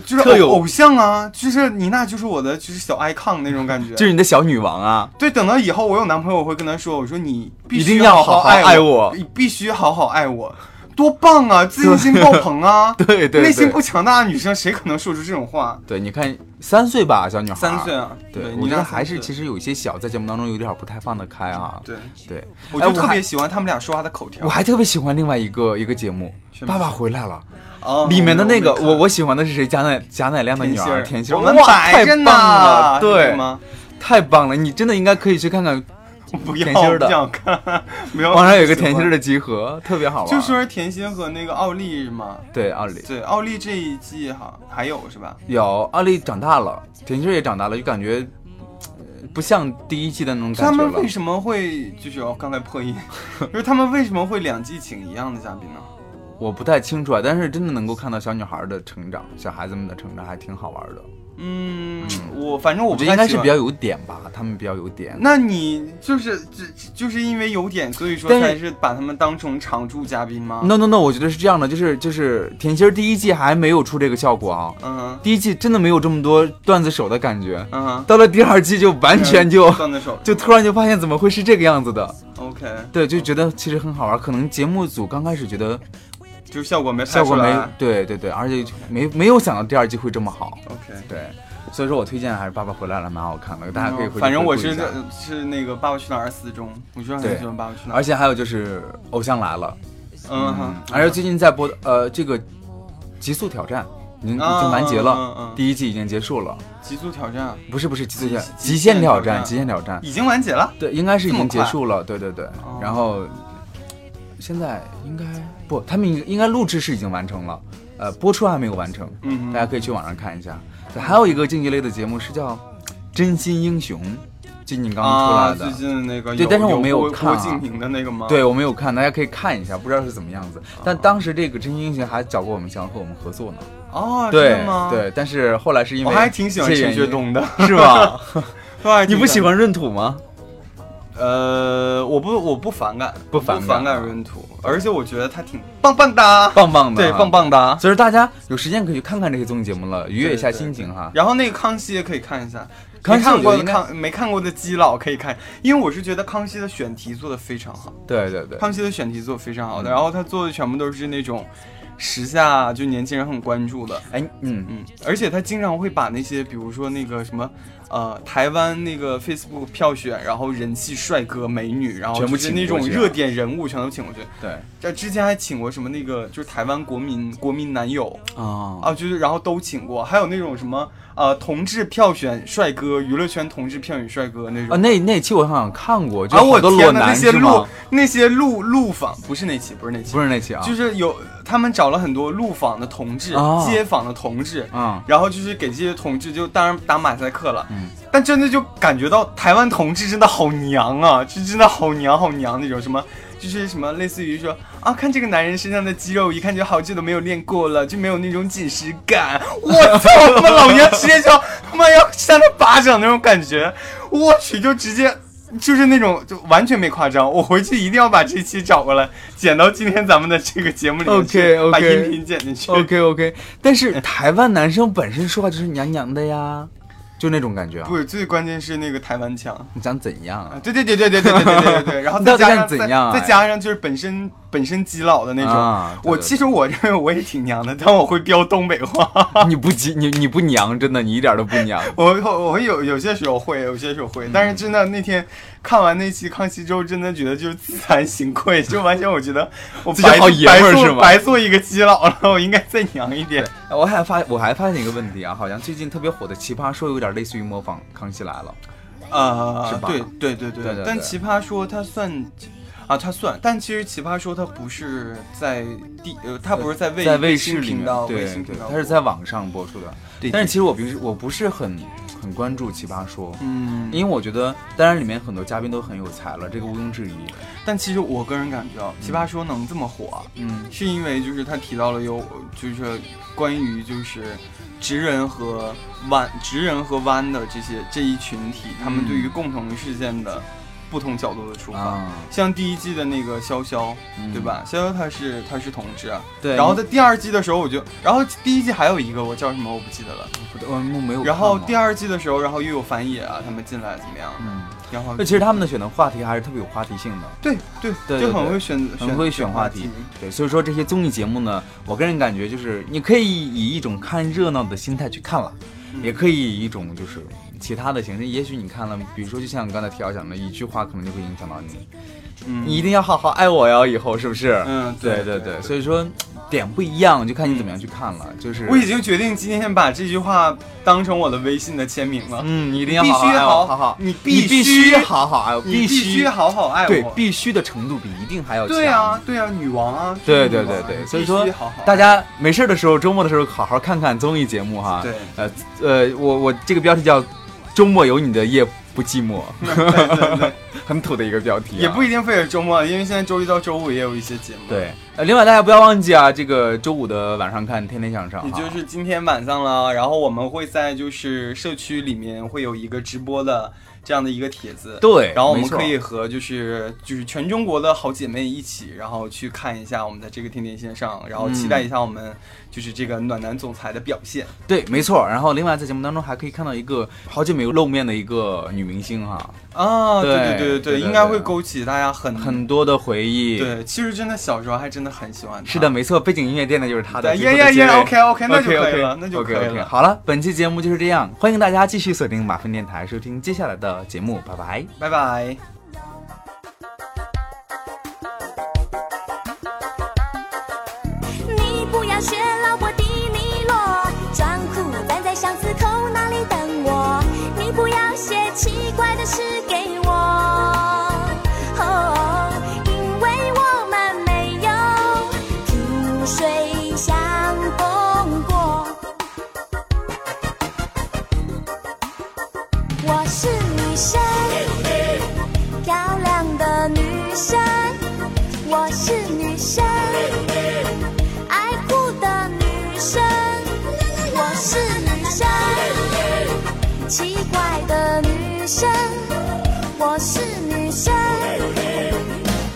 Speaker 2: 就是
Speaker 1: 特有
Speaker 2: 偶偶像啊，就是妮娜就是我的就是小 icon 那种感觉。
Speaker 1: 就是你的小女王啊，
Speaker 2: 对，等到以后我有男朋友，我会跟他说，我说你必
Speaker 1: 一定
Speaker 2: 须
Speaker 1: 要好
Speaker 2: 好
Speaker 1: 好
Speaker 2: 爱
Speaker 1: 爱
Speaker 2: 我
Speaker 1: 我
Speaker 2: 你必须好好爱我，多棒啊！自信心爆棚啊！
Speaker 1: 对对对
Speaker 2: 内心不强大的女生谁可能说出这种话？
Speaker 1: 对，你看三岁吧，小女孩，
Speaker 2: 三岁。啊，
Speaker 1: 对，
Speaker 2: 你
Speaker 1: 我觉
Speaker 2: 那
Speaker 1: 得还是其
Speaker 2: 实
Speaker 1: 实有一些小在节目当中有点不太放得开啊。
Speaker 2: 对，
Speaker 1: 对，
Speaker 2: 我
Speaker 1: 哎
Speaker 2: 就特
Speaker 1: 还
Speaker 2: 别喜欢他们俩说话的口条
Speaker 1: 我。还特别喜欢另外一个一个节目
Speaker 2: 什
Speaker 1: 《
Speaker 2: 么
Speaker 1: 爸爸回来了
Speaker 2: 哦》
Speaker 1: 里面的那个，
Speaker 2: 没看
Speaker 1: 我我喜欢的是谁？贾乃贾乃亮的女
Speaker 2: 甜心
Speaker 1: 儿
Speaker 2: 儿，
Speaker 1: 甜心儿，
Speaker 2: 我们
Speaker 1: 哇
Speaker 2: 摆着
Speaker 1: 太
Speaker 2: 呢，
Speaker 1: 棒了，
Speaker 2: 是
Speaker 1: 对，
Speaker 2: 吗？
Speaker 1: 太棒了！你真的应该可以去看看，
Speaker 2: 我不
Speaker 1: 甜
Speaker 2: 要，
Speaker 1: 心儿
Speaker 2: 我
Speaker 1: 的
Speaker 2: 不想看，没有。
Speaker 1: 网上有一个甜心儿的集合，特别好玩。
Speaker 2: 就说是甜心和那个奥利嘛，
Speaker 1: 对奥利
Speaker 2: 对，奥利这一季哈还有是吧？
Speaker 1: 有奥利长大了，甜心儿也长大了，就感觉呃不像第一季的那种
Speaker 2: 他
Speaker 1: 感觉
Speaker 2: 们
Speaker 1: 了
Speaker 2: 为。什么会就是哦，刚才破音， 就是他们为什么会两季请一样的嘉宾呢？
Speaker 1: 我不太清楚啊，但是真的能够看到小女孩儿的成长，小孩子们的成长还挺好玩的。
Speaker 2: 嗯，我反正我
Speaker 1: 我
Speaker 2: 不
Speaker 1: 觉得
Speaker 2: 太
Speaker 1: 应该
Speaker 2: 喜
Speaker 1: 是
Speaker 2: 欢
Speaker 1: 比较有点吧，他们比较有点。
Speaker 2: 那你就是只就是因为有点，所以说
Speaker 1: 但是
Speaker 2: 才是把他们当成常驻嘉宾吗？
Speaker 1: No No No，我觉得是这样的，就是就是甜心儿第一季还没有出这个效果啊，
Speaker 2: 嗯哼
Speaker 1: 第一季真的没有这么多段子手的感觉，
Speaker 2: 嗯哼，
Speaker 1: 到了第二季就完
Speaker 2: 嗯
Speaker 1: 全就
Speaker 2: 段子手
Speaker 1: 就突然就发现怎么会是这个样子的，
Speaker 2: OK，
Speaker 1: 对，就觉得其实很好玩，可能节目组刚开始觉得
Speaker 2: 就是效果没拍
Speaker 1: 效果
Speaker 2: 出来
Speaker 1: 没对对对，而且就没没有想到第二季会这么好，
Speaker 2: OK。
Speaker 1: 对，所以说我推荐还是《爸爸回来了》蛮好看的，大家可以回去
Speaker 2: 嗯反正我
Speaker 1: 回顾
Speaker 2: 是
Speaker 1: 一下
Speaker 2: 是那个《爸爸去哪儿》死忠，我就
Speaker 1: 对
Speaker 2: 很喜欢《爸爸去哪儿
Speaker 1: 而》。且还有就是《偶像来了》。
Speaker 2: 嗯
Speaker 1: 嗯
Speaker 2: 哼，，
Speaker 1: 而且最近在播的呃这个《极速挑战》已经已
Speaker 2: 啊
Speaker 1: 经完结了，
Speaker 2: 嗯嗯嗯
Speaker 1: 第一季已经结束了，
Speaker 2: 极速挑战
Speaker 1: 不是不是极速挑战，
Speaker 2: 极
Speaker 1: 极限挑
Speaker 2: 极限挑
Speaker 1: 战，
Speaker 2: 战
Speaker 1: 极限挑战，
Speaker 2: 已经完结了。
Speaker 1: 对，应该是已
Speaker 2: 这
Speaker 1: 经
Speaker 2: 么
Speaker 1: 结
Speaker 2: 快
Speaker 1: 束了，对对对
Speaker 2: 哦，
Speaker 1: 然后现在应该不，他们应应该录制是已经完成了，呃，播出还没有完成，
Speaker 2: 嗯
Speaker 1: 大家
Speaker 2: 哼，
Speaker 1: 可以去网上看一下。对，还有一个竞技类的节目是叫《真心英雄》，最近刚出
Speaker 2: 啊，
Speaker 1: 来
Speaker 2: 最
Speaker 1: 的。
Speaker 2: 近那个
Speaker 1: 对但是我没有
Speaker 2: 有
Speaker 1: 看啊
Speaker 2: 郭敬明的那个吗？
Speaker 1: 对，我没有看，大家可以看一下，不知道是怎么样子。
Speaker 2: 啊
Speaker 1: 但当时这个《真心英雄》还找过我们，想要和我们合作呢。
Speaker 2: 哦，真
Speaker 1: 对
Speaker 2: 的吗？，
Speaker 1: 对，但是后来是因
Speaker 2: 我
Speaker 1: 为
Speaker 2: 还挺喜欢
Speaker 1: 这
Speaker 2: 陈
Speaker 1: 原
Speaker 2: 学
Speaker 1: 因，
Speaker 2: 冬的。
Speaker 1: 是吧？
Speaker 2: 对，
Speaker 1: 你不喜？欢闰土 吗？
Speaker 2: 呃，我不，我不反感，
Speaker 1: 不
Speaker 2: 我
Speaker 1: 反
Speaker 2: 反
Speaker 1: 感
Speaker 2: 感闰土，而且我觉得他挺棒棒的，
Speaker 1: 棒棒的，啊
Speaker 2: 对，棒。棒的。
Speaker 1: 所以说大家有时间可以去看看这些综艺节目了，愉悦一下
Speaker 2: 对对
Speaker 1: 心情哈。
Speaker 2: 然后那个康熙也可以看一下，
Speaker 1: 康熙
Speaker 2: 没看过
Speaker 1: 我
Speaker 2: 的
Speaker 1: 应该
Speaker 2: 康没看过的基佬可以看，因为我是觉得康熙的选题做的非常好，
Speaker 1: 对对对，
Speaker 2: 康熙的选题做的非常好的，
Speaker 1: 嗯
Speaker 2: 然后他做的全部都是那种时下就年轻人很关注的，
Speaker 1: 哎，嗯，
Speaker 2: 嗯，而且他经常会把那些比如说那个什么呃台湾那个 Facebook 票选，然后人气帅哥美女，然后
Speaker 1: 全部
Speaker 2: 就是
Speaker 1: 请
Speaker 2: 那种
Speaker 1: 过去啊
Speaker 2: 热点人物全都请过去。
Speaker 1: 对
Speaker 2: 这之前还请过什么那个就是台湾国民国民男友
Speaker 1: 啊，
Speaker 2: 啊，就是然后都请过，还有那种什么呃同志票选帅哥，娱乐圈同志票选帅哥那
Speaker 1: 啊，
Speaker 2: 种。
Speaker 1: 那那期我好像看过，就
Speaker 2: 啊！我
Speaker 1: 好多裸
Speaker 2: 天呐，那
Speaker 1: 男
Speaker 2: 些
Speaker 1: 是
Speaker 2: 路
Speaker 1: 吗？
Speaker 2: 那些路路访不是那期，不是那期，
Speaker 1: 不是那期啊，
Speaker 2: 就是有他们找了很多路访的同志、
Speaker 1: 哦
Speaker 2: 街访的同志，
Speaker 1: 嗯，
Speaker 2: 然后就是给这些同志就当然打马赛克了，
Speaker 1: 嗯
Speaker 2: 但真的就感觉到台湾同志真的好娘啊，就真的好娘好娘那种什么。就是什么类似于说啊，看这个男人身上的肌肉，一看就好久都没有练过了，就没有那种紧实 感。我操，他妈老娘直接就他妈要扇他巴掌那种感觉，我去，就直接就是那种就完全没夸张。我回去一定要把这期找过来，剪到今天咱们的这个节目里面去
Speaker 1: OK，OK
Speaker 2: 把音频剪进去。
Speaker 1: OK OK，但是台湾男生本身说话就是娘娘的呀，就那种感觉啊。
Speaker 2: 不是，最关键是那个台湾腔。
Speaker 1: 你想怎样啊
Speaker 2: 啊，？对对对对对对对对对对，然后
Speaker 1: 你
Speaker 2: 再
Speaker 1: 到底
Speaker 2: 加
Speaker 1: 想
Speaker 2: 上
Speaker 1: 怎样啊
Speaker 2: 再再加上就是本身本身基佬的那种。
Speaker 1: 啊对
Speaker 2: 我其实我认为我也挺娘的，但我会飙东北话，
Speaker 1: 你不急，你你不娘，真的，你一点都不娘。
Speaker 2: 我我我有有些时候会，有些时候会，但是真的那天看完那期《康熙》之后，真的觉得就是自惭形愧，就完全我觉得我
Speaker 1: 自己
Speaker 2: 白
Speaker 1: 好爷
Speaker 2: 白
Speaker 1: 们儿
Speaker 2: 做
Speaker 1: 是吗
Speaker 2: 白做一个基佬了，我应该再娘一点。
Speaker 1: 我还发我还发现一个问题啊，好像最近特别火的《奇葩说》有点类似于模仿《康熙来了是
Speaker 2: 呃，
Speaker 1: 吧
Speaker 2: 对对对对
Speaker 1: 对对
Speaker 2: 但
Speaker 1: 对
Speaker 2: 奇葩说它算。啊，它算，但其实奇葩说它不是在第，呃，它不是在》，卫
Speaker 1: 在卫
Speaker 2: 星
Speaker 1: 视里
Speaker 2: 频
Speaker 1: 面
Speaker 2: 道，，卫
Speaker 1: 对
Speaker 2: 星频
Speaker 1: 对
Speaker 2: 道，，
Speaker 1: 它是在网上播出的。
Speaker 2: 对
Speaker 1: 但是其实我平时我不是很很关注《奇葩说》，
Speaker 2: 嗯，
Speaker 1: 因为我觉得当然里面很多嘉宾都很有才了，这个毋庸置疑。
Speaker 2: 但其实我个人感觉啊，奇葩说能这么火啊，
Speaker 1: 嗯
Speaker 2: 是因为就是他提到了有就是关于就是直人和弯直人和弯的这些这一群体，他们
Speaker 1: 嗯
Speaker 2: 对于共同事件的不同角度的出发。
Speaker 1: 啊，
Speaker 2: 像第一季的那个潇潇，
Speaker 1: 嗯
Speaker 2: 对？吧？潇潇他是他是同志啊，
Speaker 1: 对。
Speaker 2: 然后在第二季的时候，我就，然后第一季还有一个我叫什么我不记得了。
Speaker 1: 我嗯没有看过。
Speaker 2: 然后第二季的时候，然后又有樊野啊，他们进来怎么样？
Speaker 1: 嗯，
Speaker 2: 然后
Speaker 1: 那其实他们的选的话题还是特别有话题性的，
Speaker 2: 对对
Speaker 1: 对
Speaker 2: 就
Speaker 1: 对
Speaker 2: 很
Speaker 1: 对
Speaker 2: 会选，
Speaker 1: 很会选话题。对，所以说这些综艺节目呢，我个人感觉就是你可以以一种看热闹的心态去看了，
Speaker 2: 嗯
Speaker 1: 也可以以一种就是其他的形式。也许你看了，比如说就像刚才提到讲的，一句话可能就会影响到你，
Speaker 2: 嗯，
Speaker 1: 你一定要好好爱我哟，以后是不是？
Speaker 2: 嗯
Speaker 1: 对
Speaker 2: 对对
Speaker 1: 对，所以说点不一样，就看你怎么样去看了。就是
Speaker 2: 我已经决定今天把这句话当成我的微信的签名了。
Speaker 1: 嗯，你一定
Speaker 2: 你
Speaker 1: 要
Speaker 2: 必
Speaker 1: 好好
Speaker 2: 须
Speaker 1: 爱我，好
Speaker 2: 好
Speaker 1: 好，，
Speaker 2: 你
Speaker 1: 你必
Speaker 2: 须
Speaker 1: 须，好好爱我，
Speaker 2: 你必须
Speaker 1: 须
Speaker 2: 好好爱我。
Speaker 1: 对必须的程度比一定还要强。
Speaker 2: 对啊，对啊，女王啊。
Speaker 1: 对
Speaker 2: 是
Speaker 1: 对
Speaker 2: 女王
Speaker 1: 对
Speaker 2: 啊
Speaker 1: 对，
Speaker 2: 你
Speaker 1: 所以
Speaker 2: 必
Speaker 1: 说
Speaker 2: 须好好爱
Speaker 1: 大家没事的时候，周末的时候好好看看综艺节目哈。
Speaker 2: 对，
Speaker 1: 呃呃，我我这个标题叫“周末有你的夜不寂寞
Speaker 2: 对对对，”，
Speaker 1: 很土的一个标题啊、
Speaker 2: 也不一定非得周末，因为现在周一到周五也有一些节目。。
Speaker 1: 对。呃，另外大家不要忘记啊，这个周五的晚上看《天天向上》
Speaker 2: 也
Speaker 1: 啊哈，
Speaker 2: 就是今天晚上了，然后我们会在就是社区里面会有一个直播的这样的一个帖子，
Speaker 1: 对，
Speaker 2: 然后我们
Speaker 1: 没错
Speaker 2: 可以和就是就是全中国的好姐妹一起，然后去看一下我们的这个天天线上，然后
Speaker 1: 嗯
Speaker 2: 期待一下我们就是这个暖男总裁的表现。
Speaker 1: 对，没错。然后另外在节目当中还可以看到一个好久没有露面的一个女明星哈，
Speaker 2: 啊，对对
Speaker 1: 对
Speaker 2: 对
Speaker 1: 对对
Speaker 2: 应该会
Speaker 1: 对
Speaker 2: 勾起大家很
Speaker 1: 很多的回忆。，
Speaker 2: 嗯对，其实真的小时候还真的很喜欢哎他。
Speaker 1: 是的，，没错，背景音乐垫的就是她的
Speaker 2: 对，
Speaker 1: 最
Speaker 2: 耶
Speaker 1: 后的
Speaker 2: 耶
Speaker 1: 结尾。
Speaker 2: 耶，OK OK，那就
Speaker 1: OK，OK，
Speaker 2: 可以了，那就可以
Speaker 1: OK，OK，
Speaker 2: 了。
Speaker 1: 好了，本期节目就是这样，欢迎大家继续锁定马粪电台，收听接下来的节目，拜拜。
Speaker 2: 拜拜。
Speaker 3: 你不要学老伯的尼罗，装酷站在巷子口那里等我。你不要写奇怪的诗给我，哦，因为我们没有萍水相逢过。我是女生，漂亮的女生，我是女生。爱哭的女生，我是女生；奇怪的女生，我是女生。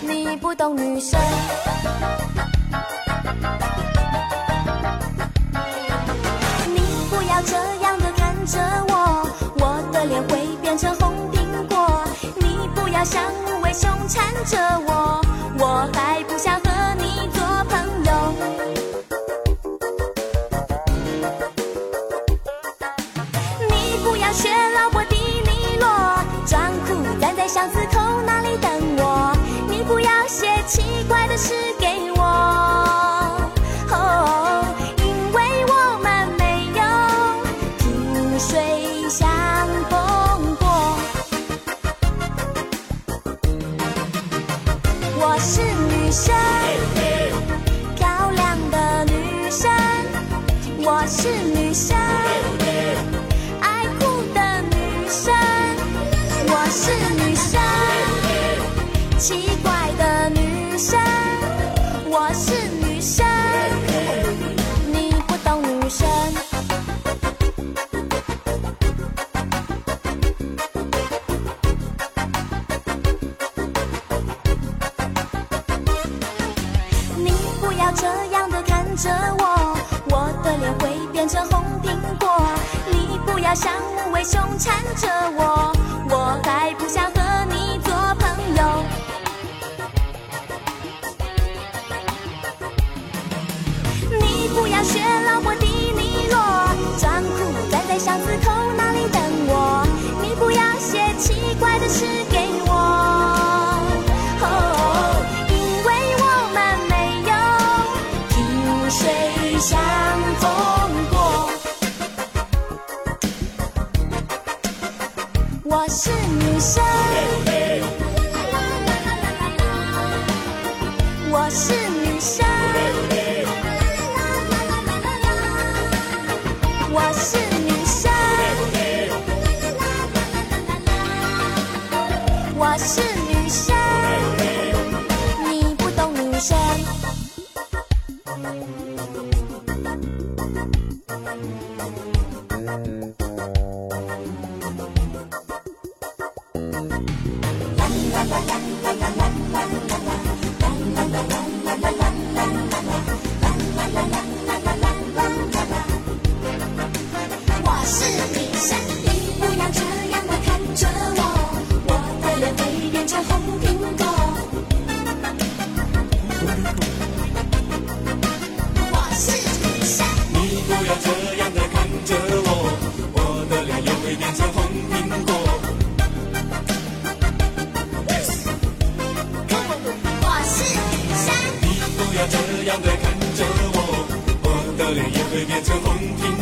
Speaker 3: 你不懂女生。你不要这样的看着我，我的脸会变成红苹果。你不要像无尾熊缠着我，我还不想和你做朋友。你不要学老伯的哦是女生，爱哭的女生，我是女生，奇怪的女生，我是女生，你不懂女生。你不要这样的看着我，我的脸会变成红苹果。你不要像无尾熊缠着我，我还不想和你做朋友。你不要学劳勃迪尼洛，装酷站在巷子口那里等我。你不要写奇怪的诗给我，哦，因为我们没有萍水相逢过。我是女生，我是女生。我是女生，我是女生，你不懂女生。我是女生，你不要这样的看着我，我的脸会变成红苹果。我是女生，
Speaker 4: 你不要这样的看着我，我的脸也会变成红苹果。
Speaker 3: 我是女生，
Speaker 4: 你不要这样的看着我，我的脸也会变成红苹